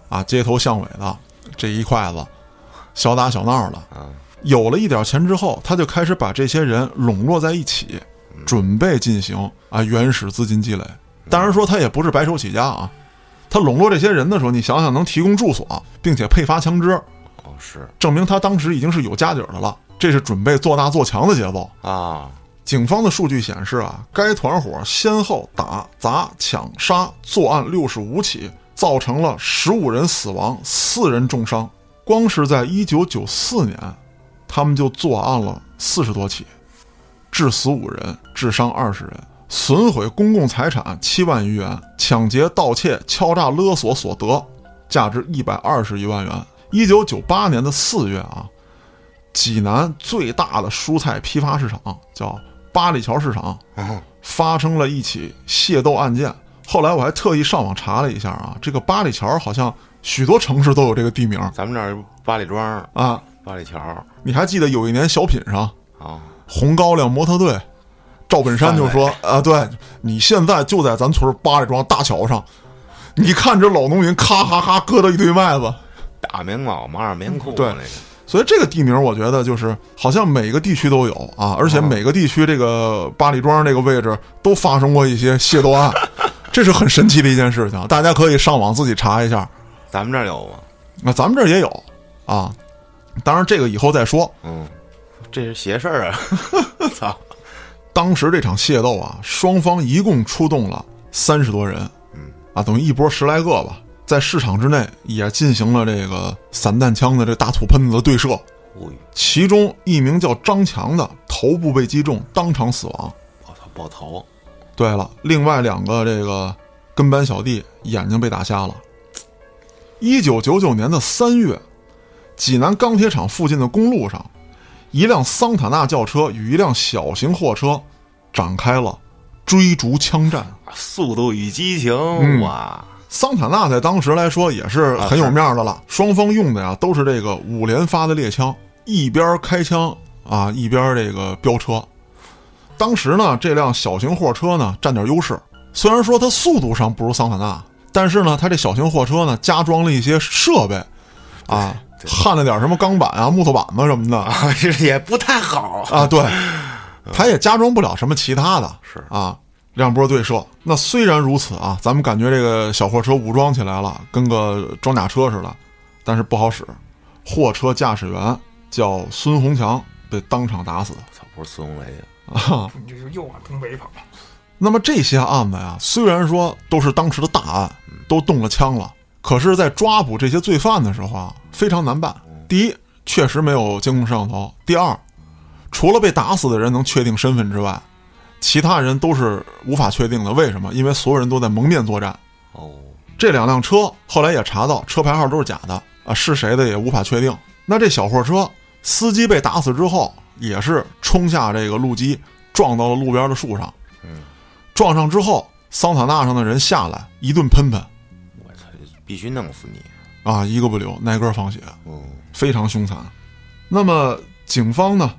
A: 啊，街头巷尾的这一块子，小打小闹的，
B: 啊，
A: 有了一点钱之后，他就开始把这些人笼络在一起，准备进行啊原始资金积累。当然说他也不是白手起家啊，他笼络这些人的时候，你想想能提供住所，并且配发枪支，
B: 哦是
A: 证明他当时已经是有家底儿的了。这是准备做大做强的节奏。
B: 啊，
A: 警方的数据显示啊，该团伙先后打砸抢杀作案六十五起，造成了十五人死亡、四人重伤。光是在一九九四年，他们就作案了四十多起，致死五人，致伤二十人，损毁公共财产七万余元，抢劫、盗窃、敲诈、勒索所得，价值一百二十余万元。一九九八年的四月啊，济南最大的蔬菜批发市场叫八里桥市场，
B: 哦
A: 发生了一起械斗案件。后来我还特意上网查了一下啊，这个八里桥好像许多城市都有这个地名
B: 咱们这儿八里庄、
A: 啊。
B: 八里桥
A: 你还记得有一年小品上
B: 啊，
A: 红高粱模特队，赵本山就说啊，对你现在就在咱村八里庄大桥上，你看这老农民咔哈哈割了一堆麦子。
B: 大棉袄、马尔棉裤，
A: 对
B: 那个
A: 所以这个地名，我觉得就是好像每个地区都有啊，而且每个地区这个八里庄这个位置都发生过一些械斗案，这是很神奇的一件事情。大家可以上网自己查一下。
B: 咱们这儿有吗？
A: 那咱们这儿也有啊，当然这个以后再说。
B: 嗯，这是邪事儿啊！ 操，
A: 当时这场械斗啊，双方一共出动了三十多人，
B: 嗯，
A: 啊，等于一波十来个吧，在市场之内也进行了这个散弹枪的这大土喷子的对射，
B: 无语，
A: 其中一名叫张强的头部被击中，当场死亡。
B: 爆头爆头，
A: 对了，另外两个这个跟班小弟眼睛被打瞎了。一九九九年的三月，济南钢铁厂附近的公路上，一辆桑塔纳轿车与一辆小型货车展开了追逐枪战。
B: 速度与激情，哇！
A: 桑塔纳在当时来说也是很有面儿的了，双方用的呀都是这个五连发的猎枪，一边开枪啊，一边这个飙车。当时呢，这辆小型货车呢占点优势，虽然说它速度上不如桑塔纳，但是呢，它这小型货车呢加装了一些设备，啊，焊了点什么钢板啊、木头板子什么的，
B: 啊，这 也不太好。
A: 啊，对，他也加装不了什么其他的，
B: 是
A: 啊，两波对射。那虽然如此啊，咱们感觉这个小货车武装起来了，跟个装甲车似的，但是不好使。货车驾驶员叫孙红强，被当场打死。
B: 操，不是孙红雷呀，
C: 你这就又往东北跑。
A: 那么这些案子呀，虽然说都是当时的大案，都动了枪了，可是，在抓捕这些罪犯的时候啊，非常难办。第一，确实没有监控摄像头；第二，除了被打死的人能确定身份之外，其他人都是无法确定的。为什么？因为所有人都在蒙面作战。
B: 哦，
A: 这两辆车后来也查到车牌号都是假的啊，是谁的也无法确定。那这小货车司机被打死之后，也是冲下这个路基，撞到了路边的树上。
B: 嗯，
A: 撞上之后，桑塔纳上的人下来一顿喷喷
B: 我操，必须弄死你！
A: 啊，一个不留，挨个放血，
B: 嗯，
A: 非常凶残。那么警方呢，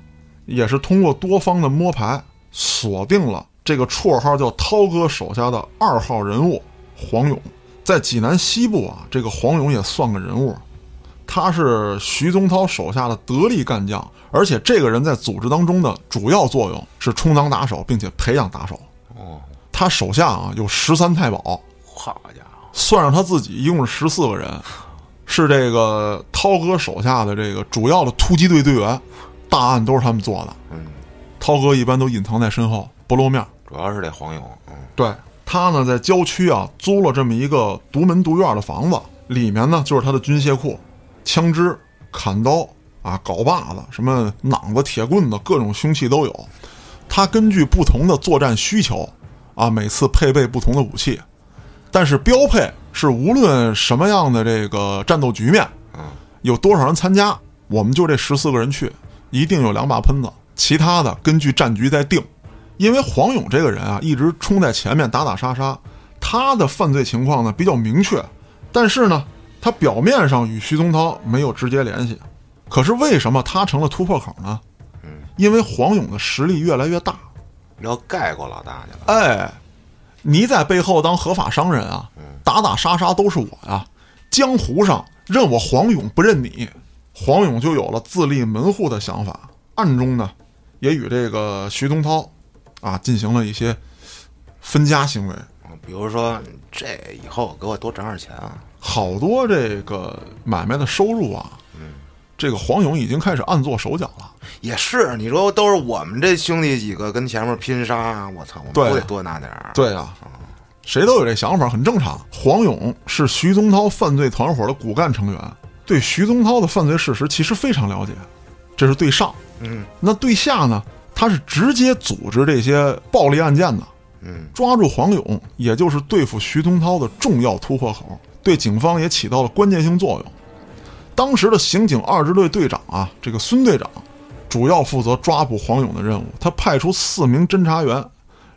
A: 也是通过多方的摸排，锁定了这个绰号叫涛哥手下的二号人物黄勇。在济南西部啊，这个黄勇也算个人物，他是徐宗涛手下的得力干将，而且这个人在组织当中的主要作用是充当打手，并且培养打手。
B: 哦，
A: 他手下啊有十三太保，
B: 好家伙，
A: 算上他自己，一共是十四个人，是这个涛哥手下的这个主要的突击队队员，大案都是他们做的。
B: 嗯，
A: 涛哥一般都隐藏在身后，不露面。
B: 主要是这黄勇，嗯，
A: 对他呢，在郊区啊租了这么一个独门独院的房子，里面呢就是他的军械库、枪支、砍刀啊、镐把子、什么榔子、铁棍子，各种凶器都有。他根据不同的作战需求啊，每次配备不同的武器，但是标配是无论什么样的这个战斗局面，有多少人参加，我们就这十四个人去，一定有两把喷子，其他的根据战局再定。因为黄勇这个人啊，一直冲在前面打打杀杀，他的犯罪情况呢比较明确，但是呢，他表面上与徐宗涛没有直接联系。可是为什么他成了突破口呢？因为黄勇的实力越来越大，
B: 要盖过老大去了。
A: 哎，你在背后当合法商人啊，打打杀杀都是我呀、江湖上认我黄勇不认你，黄勇就有了自立门户的想法，暗中呢也与这个徐宗涛啊进行了一些分家行为。
B: 嗯比如说，这以后给我多整点钱啊！
A: 好多这个买卖的收入啊，这个黄勇已经开始暗做手脚了。
B: 也是，你说都是我们这兄弟几个跟前面拼杀，啊我操，我们都
A: 对
B: 得多拿点儿。
A: 对啊，谁都有这想法，很正常。黄勇是徐宗涛犯罪团伙的骨干成员，对徐宗涛的犯罪事实其实非常了解，这是对上。
B: 嗯，
A: 那对下呢？他是直接组织这些暴力案件的。
B: 嗯，
A: 抓住黄勇，也就是对付徐宗涛的重要突破口，对警方也起到了关键性作用。当时的刑警二支队队长啊，这个孙队长，主要负责抓捕黄勇的任务。他派出四名侦查员，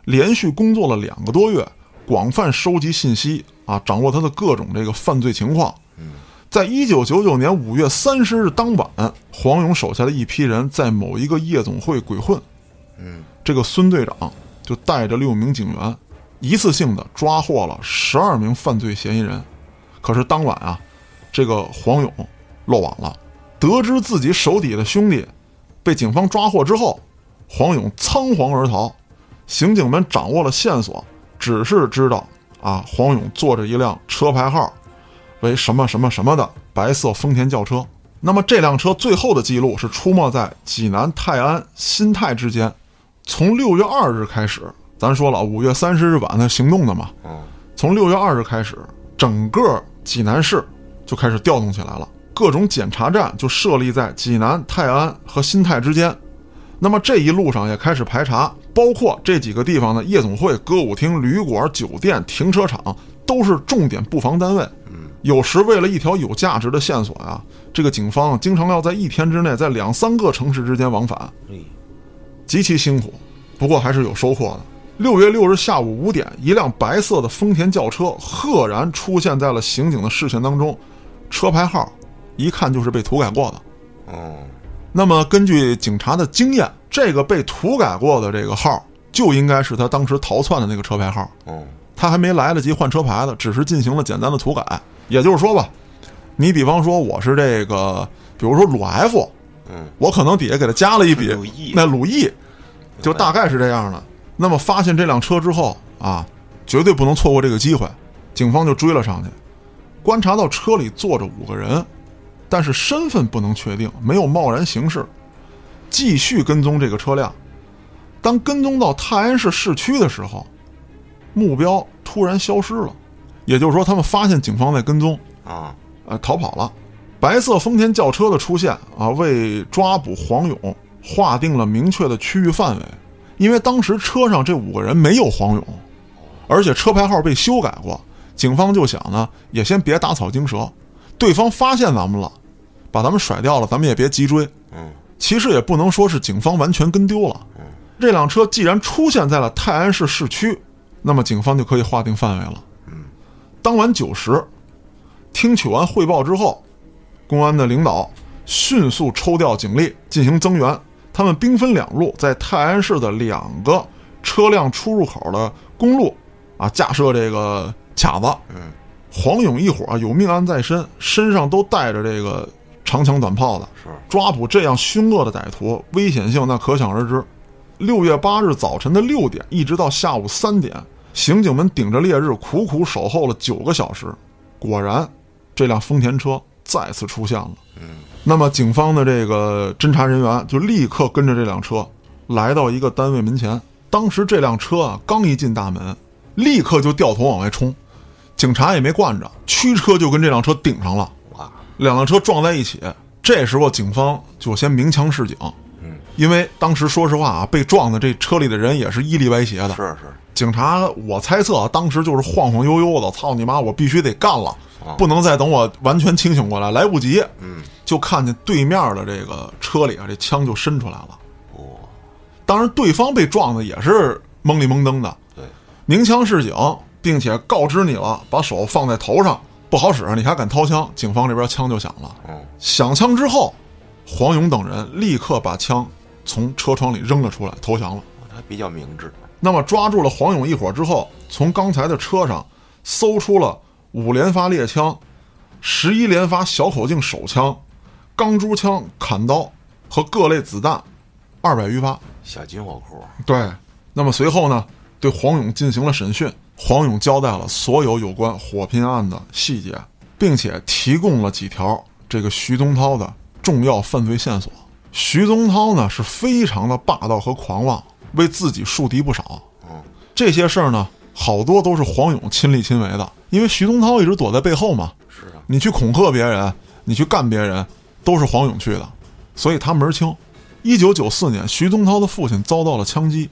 A: 连续工作了两个多月，广泛收集信息啊，掌握他的各种这个犯罪情况。在一九九九年五月三十日当晚，黄勇手下的一批人在某一个夜总会鬼混，这个孙队长就带着六名警员，一次性的抓获了十二名犯罪嫌疑人。可是当晚啊，这个黄勇漏网了，得知自己手底的兄弟被警方抓获之后，黄勇仓皇而逃。刑警们掌握了线索，只是知道啊，黄勇坐着一辆车牌号为什么什么什么的白色丰田轿车。那么这辆车最后的记录是出没在济南泰安新泰之间，从六月二日开始，咱说了五月三十日晚的行动的嘛，
B: 嗯，
A: 从六月二日开始，整个济南市就开始调动起来了，各种检查站就设立在济南、泰安和新泰之间。那么这一路上也开始排查，包括这几个地方的夜总会、歌舞厅、旅馆、酒店、停车场，都是重点布防单位。有时为了一条有价值的线索啊，这个警方经常要在一天之内在两三个城市之间往返。
B: 嘿
A: 极其辛苦，不过还是有收获的。六月六日下午五点，一辆白色的丰田轿车赫然出现在了刑警的视线当中，车牌号一看就是被涂改过的。
B: 哦，
A: 那么根据警察的经验，这个被涂改过的这个号就应该是他当时逃窜的那个车牌号。
B: 哦，
A: 他还没来得及换车牌呢，只是进行了简单的涂改。也就是说吧，你比方说我是这个，比如说鲁 F，
B: 嗯，
A: 我可能底下给他加了一笔
B: 鲁 E
A: 那鲁 E，就大概是这样的。那么发现这辆车之后啊，绝对不能错过这个机会，警方就追了上去，观察到车里坐着五个人，但是身份不能确定，没有贸然行事，继续跟踪这个车辆。当跟踪到泰安市市区的时候，目标突然消失了，也就是说，他们发现警方在跟踪，
B: 啊，
A: 呃，逃跑了。白色丰田轿车的出现啊，为抓捕黄勇划定了明确的区域范围，因为当时车上这五个人没有黄勇，而且车牌号被修改过，警方就想呢，也先别打草惊蛇，对方发现咱们了，把咱们甩掉了，咱们也别急追。
B: 嗯，
A: 其实也不能说是警方完全跟丢了。这辆车既然出现在了泰安市市区，那么警方就可以划定范围了。当晚九时，听取完汇报之后，公安的领导迅速抽调警力进行增援，他们兵分两路，在泰安市的两个车辆出入口的公路啊架设这个卡子。
B: 嗯，
A: 黄勇一伙啊有命案在身，身上都带着这个长枪短炮的，
B: 是，
A: 抓捕这样凶恶的歹徒，危险性那可想而知。六月八日早晨的六点，一直到下午三点，刑警们顶着烈日苦苦守候了九个小时。果然，这辆丰田车再次出现了。
B: 嗯
A: 那么警方的这个侦查人员就立刻跟着这辆车来到一个单位门前。当时这辆车啊刚一进大门，立刻就掉头往外冲，警察也没惯着，驱车就跟这辆车顶上了。
B: 哇，
A: 两辆车撞在一起。这时候警方就先鸣枪示警，
B: 嗯，
A: 因为当时说实话啊，被撞的这车里的人也是一里歪斜的。
B: 是是，
A: 警察，我猜测啊，当时就是晃晃悠悠的，操你妈，我必须得干了，不能再等我完全清醒过来，来不及。
B: 嗯，
A: 就看见对面的这个车里啊，这枪就伸出来了。
B: 哦，
A: 当然，对方被撞的也是懵里懵登的，
B: 对，
A: 鸣枪示警，并且告知你了，把手放在头上不好使，你还敢掏枪？警方这边枪就响了。
B: 嗯，
A: 响枪之后，黄勇等人立刻把枪从车窗里扔了出来，投降了。
B: 他比较明智，
A: 那么抓住了黄勇一伙之后，从刚才的车上搜出了五连发猎枪、十一连发小口径手枪、钢珠枪、砍刀和各类子弹二百余发。
B: 小金火库，
A: 对，那么随后呢，对黄勇进行了审讯，黄勇交代了所有有关火拼案的细节，并且提供了几条这个徐宗涛的重要犯罪线索。徐宗涛呢是非常的霸道和狂妄，为自己树敌不少。
B: 嗯，
A: 这些事儿呢，好多都是黄勇亲力亲为的，因为徐宗涛一直躲在背后嘛。
B: 是啊，
A: 你去恐吓别人，你去干别人，都是黄勇去的，所以他门儿清。一九九四年，徐宗涛的父亲遭到了枪击，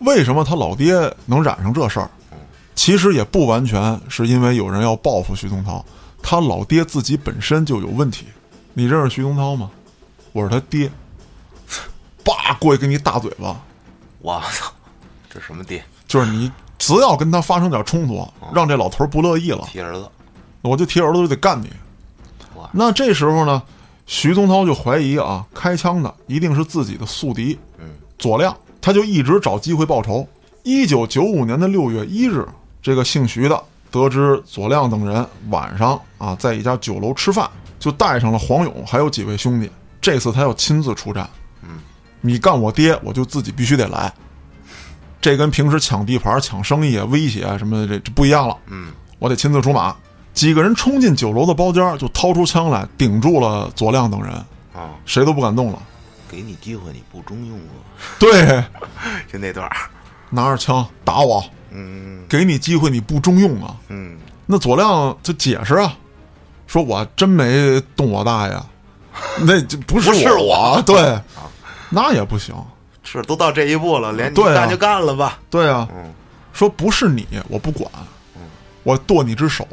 A: 为什么他老爹能染上这事儿？其实也不完全是因为有人要报复徐宗涛，他老爹自己本身就有问题。你认识徐宗涛吗？我是他爹，叭过去给你一大嘴巴，
B: 我操，这什么爹，
A: 就是你只要跟他发生点冲突，让这老头儿不乐意了，
B: 提儿子，
A: 我就提耳朵就得干你
B: 哇。
A: 那这时候呢，徐宗涛就怀疑啊，开枪的一定是自己的宿敌
B: 嗯，
A: 左亮，他就一直找机会报仇。一九九五年的六月一日，这个姓徐的得知左亮等人晚上啊在一家酒楼吃饭，就带上了黄勇还有几位兄弟。这次他要亲自出战，
B: 嗯，
A: 你干我爹，我就自己必须得来。这跟平时抢地盘、抢生意、啊威胁什么的这这不一样了。
B: 嗯，
A: 我得亲自出马。几个人冲进酒楼的包间儿，就掏出枪来，顶住了左亮等人，
B: 啊，
A: 谁都不敢动了。
B: 给你机会你不中用啊，
A: 对，
B: 就那段儿，
A: 拿着枪打我，
B: 嗯
A: 给你机会你不中用啊！
B: 嗯，
A: 那左亮就解释啊，说我真没动我大爷，那就不是
B: 不是
A: 我啊
B: 我，
A: 对，那也不行，
B: 是都到这一步了，连你
A: 对啊
B: 干就干了吧，
A: 对啊，
B: 嗯
A: 说不是你，我不管，我剁你只手，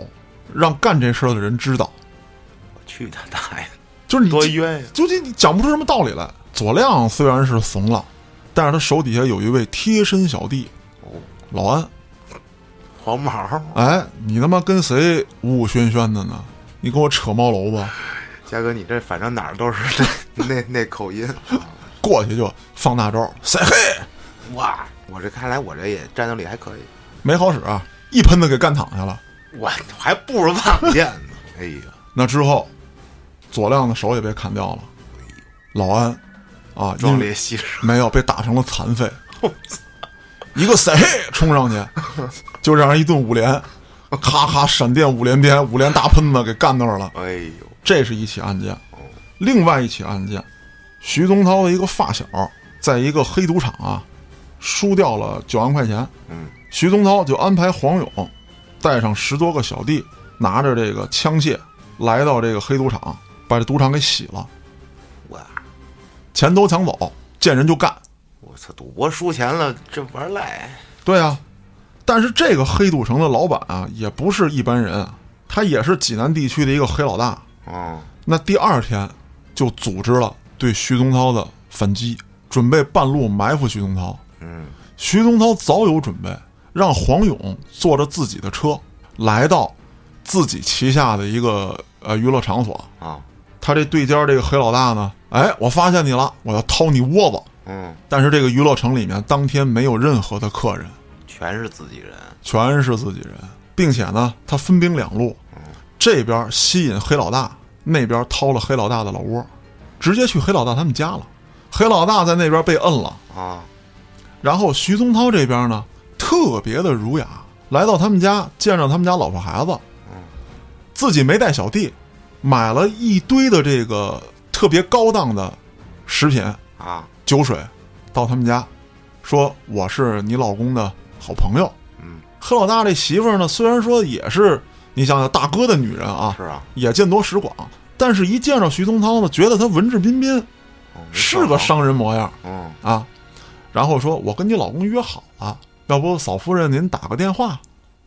A: 让干这事儿的人知道，
B: 我去他大爷，
A: 就是你
B: 多
A: 这
B: 冤呀，
A: 究竟你讲不出什么道理来。左亮虽然是怂了，但是他手底下有一位贴身小弟
B: 哦，
A: 老安。
B: 黄毛，
A: 哎，你他妈跟谁呜呜喧喧的呢？你跟我扯猫楼吧，
B: 嘉哥，你这反正哪儿都是 那那那口音，
A: 过去就放大招，谁嘿，
B: 哇，我这看来我这也战斗力还可以，
A: 没好使啊，一喷子给干躺下了。
B: 我还不如望见呢， 哎呀，
A: 那之后，左亮的手也被砍掉了，老安啊，
B: 壮
A: 因
B: 烈牺牲，
A: 没有被打成了残废，一个塞冲上去，就让人一顿五连，咔咔闪电五连鞭，五连大喷子给干那儿了。
B: 哎呦，
A: 这是一起案件，另外一起案件，徐宗涛的一个发小，在一个黑赌场啊，输掉了九万块钱。
B: 嗯，
A: 徐宗涛就安排黄勇带上十多个小弟，拿着这个枪械来到这个黑赌场，把这赌场给洗了，
B: 哇，
A: 钱都抢走，见人就干。
B: 我操，赌博输钱了，这玩儿赖，
A: 对啊，但是这个黑赌城的老板啊，也不是一般人啊，他也是济南地区的一个黑老大。
B: 嗯，
A: 那第二天就组织了对徐宗涛的反击，准备半路埋伏徐宗涛。
B: 嗯，
A: 徐宗涛早有准备，让黄勇坐着自己的车来到自己旗下的一个呃娱乐场所。
B: 啊，
A: 他这对尖儿这个黑老大呢，哎，我发现你了，我要掏你窝子。
B: 嗯，
A: 但是这个娱乐城里面当天没有任何的客人，
B: 全是自己人，
A: 全是自己人，并且呢，他分兵两路，这边吸引黑老大，那边掏了黑老大的老窝，直接去黑老大他们家了。黑老大在那边被摁了，
B: 啊，
A: 然后徐宗涛这边呢，特别的儒雅，来到他们家，见着他们家老婆孩子，自己没带小弟，买了一堆的这个特别高档的食品
B: 啊，
A: 酒水，到他们家，说我是你老公的好朋友。
B: 嗯，
A: 黑老大这媳妇儿呢，虽然说也是你想想大哥的女人啊
B: 是，啊，
A: 也见多识广，但是一见着徐宗涛呢，觉得他文质彬彬，
B: 哦没
A: 是个
B: 上
A: 商人模样
B: 好嗯
A: 啊。然后说：“我跟你老公约好了，要不嫂夫人您打个电话。”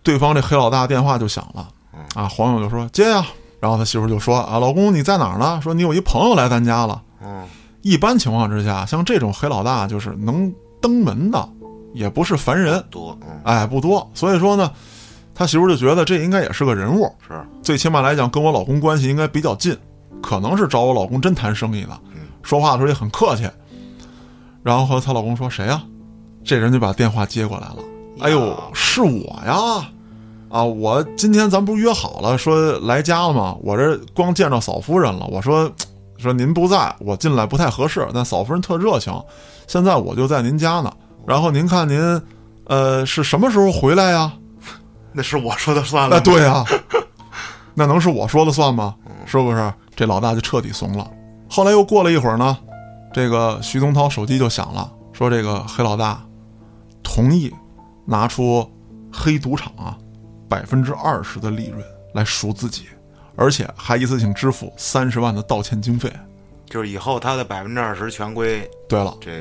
A: 对方这黑老大电话就响了
B: 嗯，
A: 啊，黄勇就说：“接呀、然后他媳妇就说：“啊，老公你在哪儿呢？说你有一朋友来咱家了。”
B: 嗯
A: 一般情况之下，像这种黑老大就是能登门的，也不是凡人，
B: 多嗯
A: 哎，不多。所以说呢，他媳妇儿就觉得这应该也是个人物，
B: 是
A: 最起码来讲跟我老公关系应该比较近，可能是找我老公真谈生意的
B: 嗯，
A: 说话的时候也很客气。然后和她老公说谁呀、这人就把电话接过来了，哎呦，是我呀。啊，我今天咱不是约好了说来家了吗？我这光见着嫂夫人了，我说说您不在，我进来不太合适，但嫂夫人特热情，现在我就在您家呢。然后您看您，呃，是什么时候回来呀？
B: 那是我说的算
A: 那
B: 了，
A: 对啊， 那能是我说了算吗？是不是？这老大就彻底怂了。后来又过了一会儿呢，这个徐宗涛手机就响了，说这个黑老大同意拿出黑赌场啊百分之二十的利润来赎自己，而且还一次性支付三十万的道歉经费。
B: 就是以后他的百分之二十全归
A: 对了，
B: 这，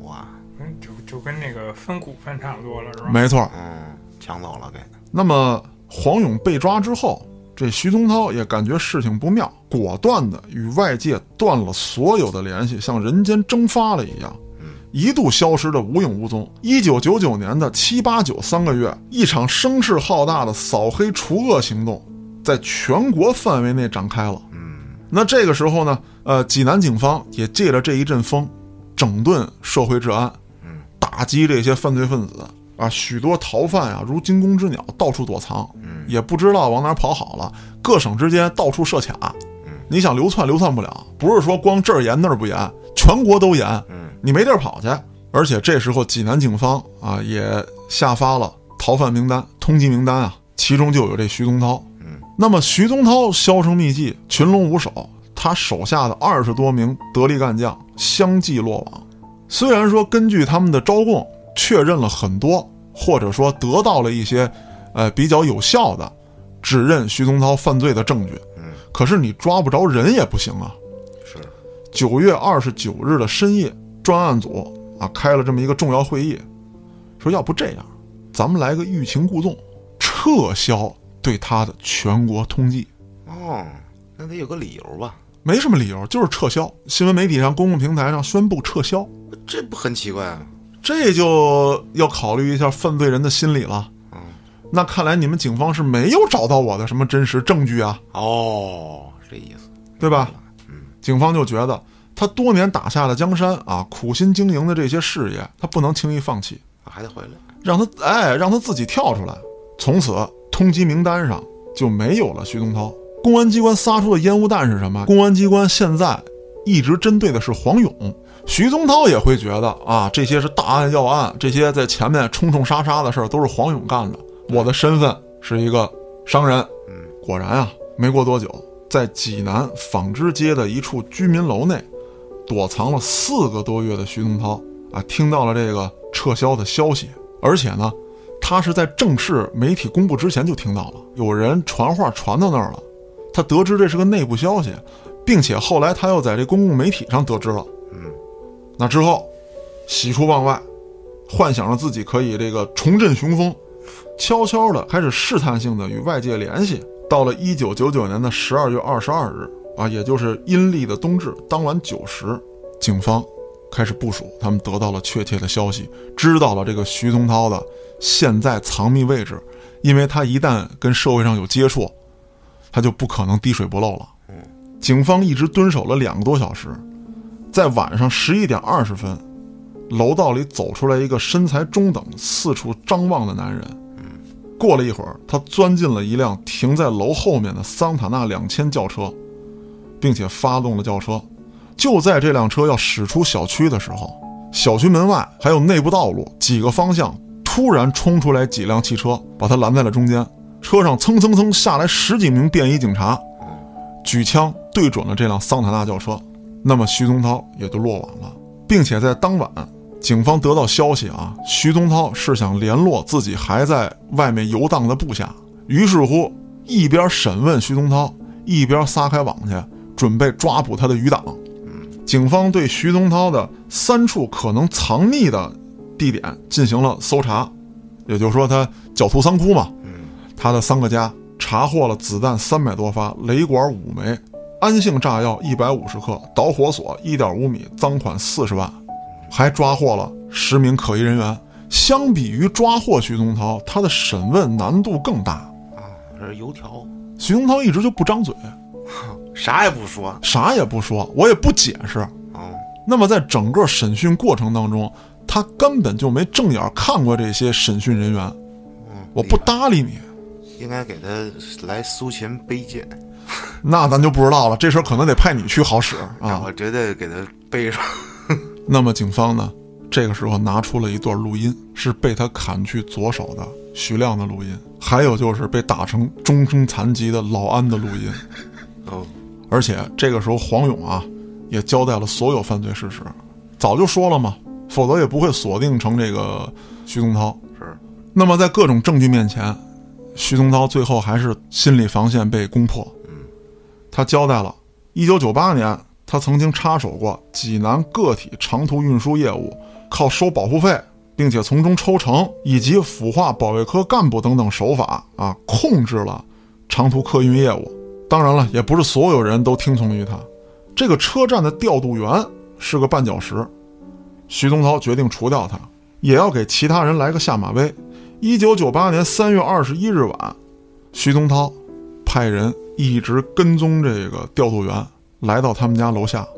B: 哇，
C: 嗯，就就跟那个分股份差不多了，是吧？
A: 没错儿。
B: 嗯，抢走了给，
A: 那么黄勇被抓之后，这徐宗涛也感觉事情不妙，果断的与外界断了所有的联系，像人间蒸发了一样
B: 嗯，
A: 一度消失的无影无踪。一九九九年的七八九三个月，一场声势浩大的扫黑除恶行动，在全国范围内展开了。
B: 嗯
A: 那这个时候呢，呃，济南警方也借着这一阵风，整顿社会治安，
B: 嗯
A: 打击这些犯罪分子啊，许多逃犯啊如惊弓之鸟，到处躲藏，
B: 嗯
A: 也不知道往哪儿跑好了，各省之间到处设卡，
B: 嗯
A: 你想流窜流窜不了，不是说光这儿严那儿不严，全国都严，
B: 嗯
A: 你没地儿跑去。而且这时候济南警方啊也下发了逃犯名单、通缉名单啊，其中就有这徐宗涛。
B: 嗯
A: 那么徐宗涛销声匿迹，群龙无首，他手下的二十多名得力干将相继落网。虽然说根据他们的招供确认了很多，或者说得到了一些，呃比较有效的指认徐宗涛犯罪的证据，
B: 嗯，
A: 可是你抓不着人也不行啊。
B: 是，
A: 九月二十九日的深夜，专案组啊开了这么一个重要会议，说要不这样，咱们来个欲擒故纵，撤销对他的全国通缉。
B: 哦，那得有个理由吧？
A: 没什么理由，就是撤销。新闻媒体上、公共平台上宣布撤销，
B: 这不很奇怪啊吗？
A: 这就要考虑一下犯罪人的心理了。
B: 嗯，
A: 那看来你们警方是没有找到我的什么真实证据啊，
B: 哦，这意思，
A: 对吧？
B: 嗯
A: 警方就觉得他多年打下的江山啊，苦心经营的这些事业，他不能轻易放弃，
B: 还得回来，
A: 让他哎让他自己跳出来。从此，通缉名单上就没有了徐东涛。公安机关撒出的烟雾弹是什么？公安机关现在一直针对的是黄勇。徐宗涛也会觉得啊，这些是大案要案，这些在前面冲冲杀杀的事儿都是黄勇干的。我的身份是一个商人，
B: 嗯
A: 果然啊，没过多久，在济南纺织街的一处居民楼内，躲藏了四个多月的徐东涛啊，听到了这个撤销的消息，而且呢，他是在正式媒体公布之前就听到了，有人传话传到那儿了，他得知这是个内部消息，并且后来他又在这公共媒体上得知了。
B: 嗯
A: 那之后，喜出望外，幻想着自己可以这个重振雄风，悄悄的开始试探性的与外界联系。到了一九九九年的十二月二十二日啊，也就是阴历的冬至，当晚九时，啊警方开始部署，他们得到了确切的消息，知道了这个徐宗涛的现在藏匿位置，因为他一旦跟社会上有接触，他就不可能滴水不漏了。警方一直蹲守了两个多小时，在晚上十一点二十分，楼道里走出来一个身材中等、四处张望的男人。过了一会儿，他钻进了一辆停在楼后面的桑塔纳两千轿车，并且发动了轿车。就在这辆车要驶出小区的时候，小区门外还有内部道路几个方向突然冲出来几辆汽车，把他拦在了中间。车上蹭蹭蹭下来十几名便衣警察，举枪对准了这辆桑塔纳轿车，那么徐宗涛也就落网了，并且在当晚，警方得到消息啊，徐宗涛是想联络自己还在外面游荡的部下，于是乎一边审问徐宗涛，一边撒开网去，准备抓捕他的余党。警方对徐宗涛的三处可能藏匿的地点进行了搜查，也就是说，他狡兔三窟嘛，
B: 嗯，
A: 他的三个家查获了子弹三百多发、雷管五枚、安性炸药一百五十克、导火索一点五米、赃款四十万，还抓获了十名可疑人员。相比于抓获徐宗涛，他的审问难度更大。
B: 啊，这是油条，
A: 徐宗涛一直就不张嘴，
B: 啥也不说，
A: 啥也不说，我也不解释。
B: 嗯，
A: 那么在整个审讯过程当中，他根本就没正眼看过这些审讯人员，
B: 嗯
A: 我不搭理你，
B: 应该给他来苏秦背剑，
A: 那咱就不知道了。这事儿可能得派你去好使
B: 然
A: 啊。
B: 后绝对给他背上。
A: 那么警方呢，这个时候拿出了一段录音，是被他砍去左手的徐亮的录音，还有就是被打成终身残疾的老安的录音。
B: 哦，
A: 而且这个时候黄勇啊，也交代了所有犯罪事实，早就说了嘛，否则也不会锁定成这个徐宗涛。
B: 是，
A: 那么在各种证据面前，徐宗涛最后还是心理防线被攻破。
B: 嗯，
A: 他交代了，一九九八年他曾经插手过济南个体长途运输业务，靠收保护费，并且从中抽成以及腐化保卫科干部等等手法啊，控制了长途客运业务。当然了，也不是所有人都听从于他。这个车站的调度员是个绊脚石，徐宗涛决定除掉他，也要给其他人来个下马威。一九九八年三月二十一日晚，徐宗涛派人一直跟踪这个调度员，来到他们家楼下，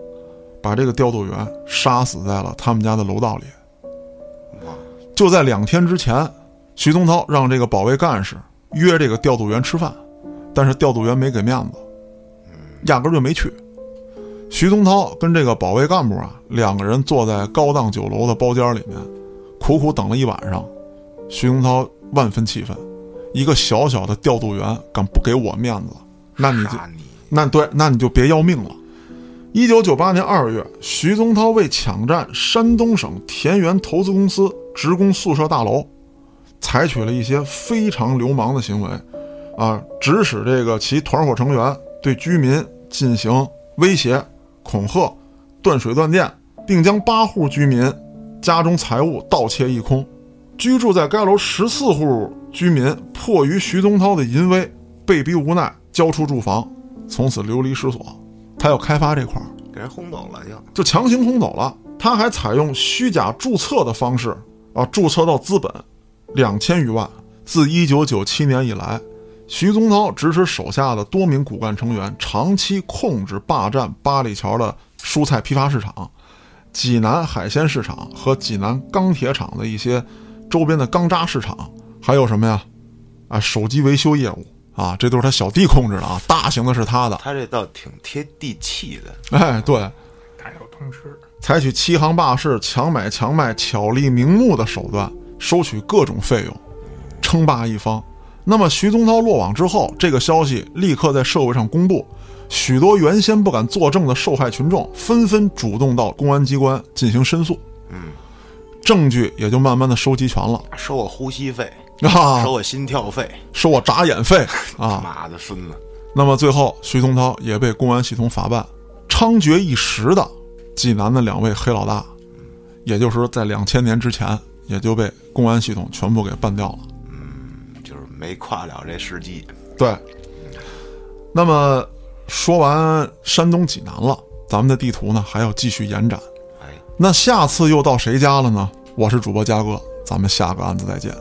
A: 把这个调度员杀死在了他们家的楼道里。
B: 哇，
A: 就在两天之前，徐宗涛让这个保卫干事约这个调度员吃饭，但是调度员没给面子，压根儿就没去。徐宗涛跟这个保卫干部啊，两个人坐在高档酒楼的包间里面，苦苦等了一晚上。徐宗涛万分气愤，一个小小的调度员敢不给我面子，那你就
B: 杀你，
A: 那对，那你就别要命了。一九九八年二月，徐宗涛为抢占山东省田园投资公司职工宿舍大楼，采取了一些非常流氓的行为，啊，指使这个其团伙成员对居民进行威胁、恐吓、断水断电，并将八户居民家中财物盗窃一空。居住在该楼十四户居民迫于徐宗涛的淫威，被逼无奈交出住房，从此流离失所。他要开发这块儿，
B: 给人轰走了就，
A: 就强行轰走了。他还采用虚假注册的方式啊，注册到资本两千余万。自一九九七年以来，徐宗涛指使手下的多名骨干成员长期控制霸占八里桥的蔬菜批发市场、济南海鲜市场和济南钢铁厂的一些周边的钢渣市场，还有什么呀？啊，手机维修业务啊，这都是他小弟控制的啊，大型的是他的。
B: 他这倒挺接地气的，
A: 哎，对，
C: 大小通吃，
A: 采取欺行霸市、强买强卖、巧立名目的手段，收取各种费用，称霸一方。那么徐宗涛落网之后，这个消息立刻在社会上公布，许多原先不敢作证的受害群众纷纷主动到公安机关进行申诉，
B: 嗯，
A: 证据也就慢慢的收集全了
B: 收我呼吸费，
A: 啊
B: 收，我心跳费，
A: 收我眨眼费
B: 他
A: 啊。
B: 妈的孙子，
A: 那么最后，徐宗涛也被公安系统法办，猖獗一时的济南的两位黑老大，也就是说在两千年之前，也就被公安系统全部给办掉了。
B: 就是没跨了这世纪，
A: 对，那么说完山东济南了，咱们的地图呢还要继续延展。
B: 哎，
A: 那下次又到谁家了呢？我是主播嘉哥，咱们下个案子再见。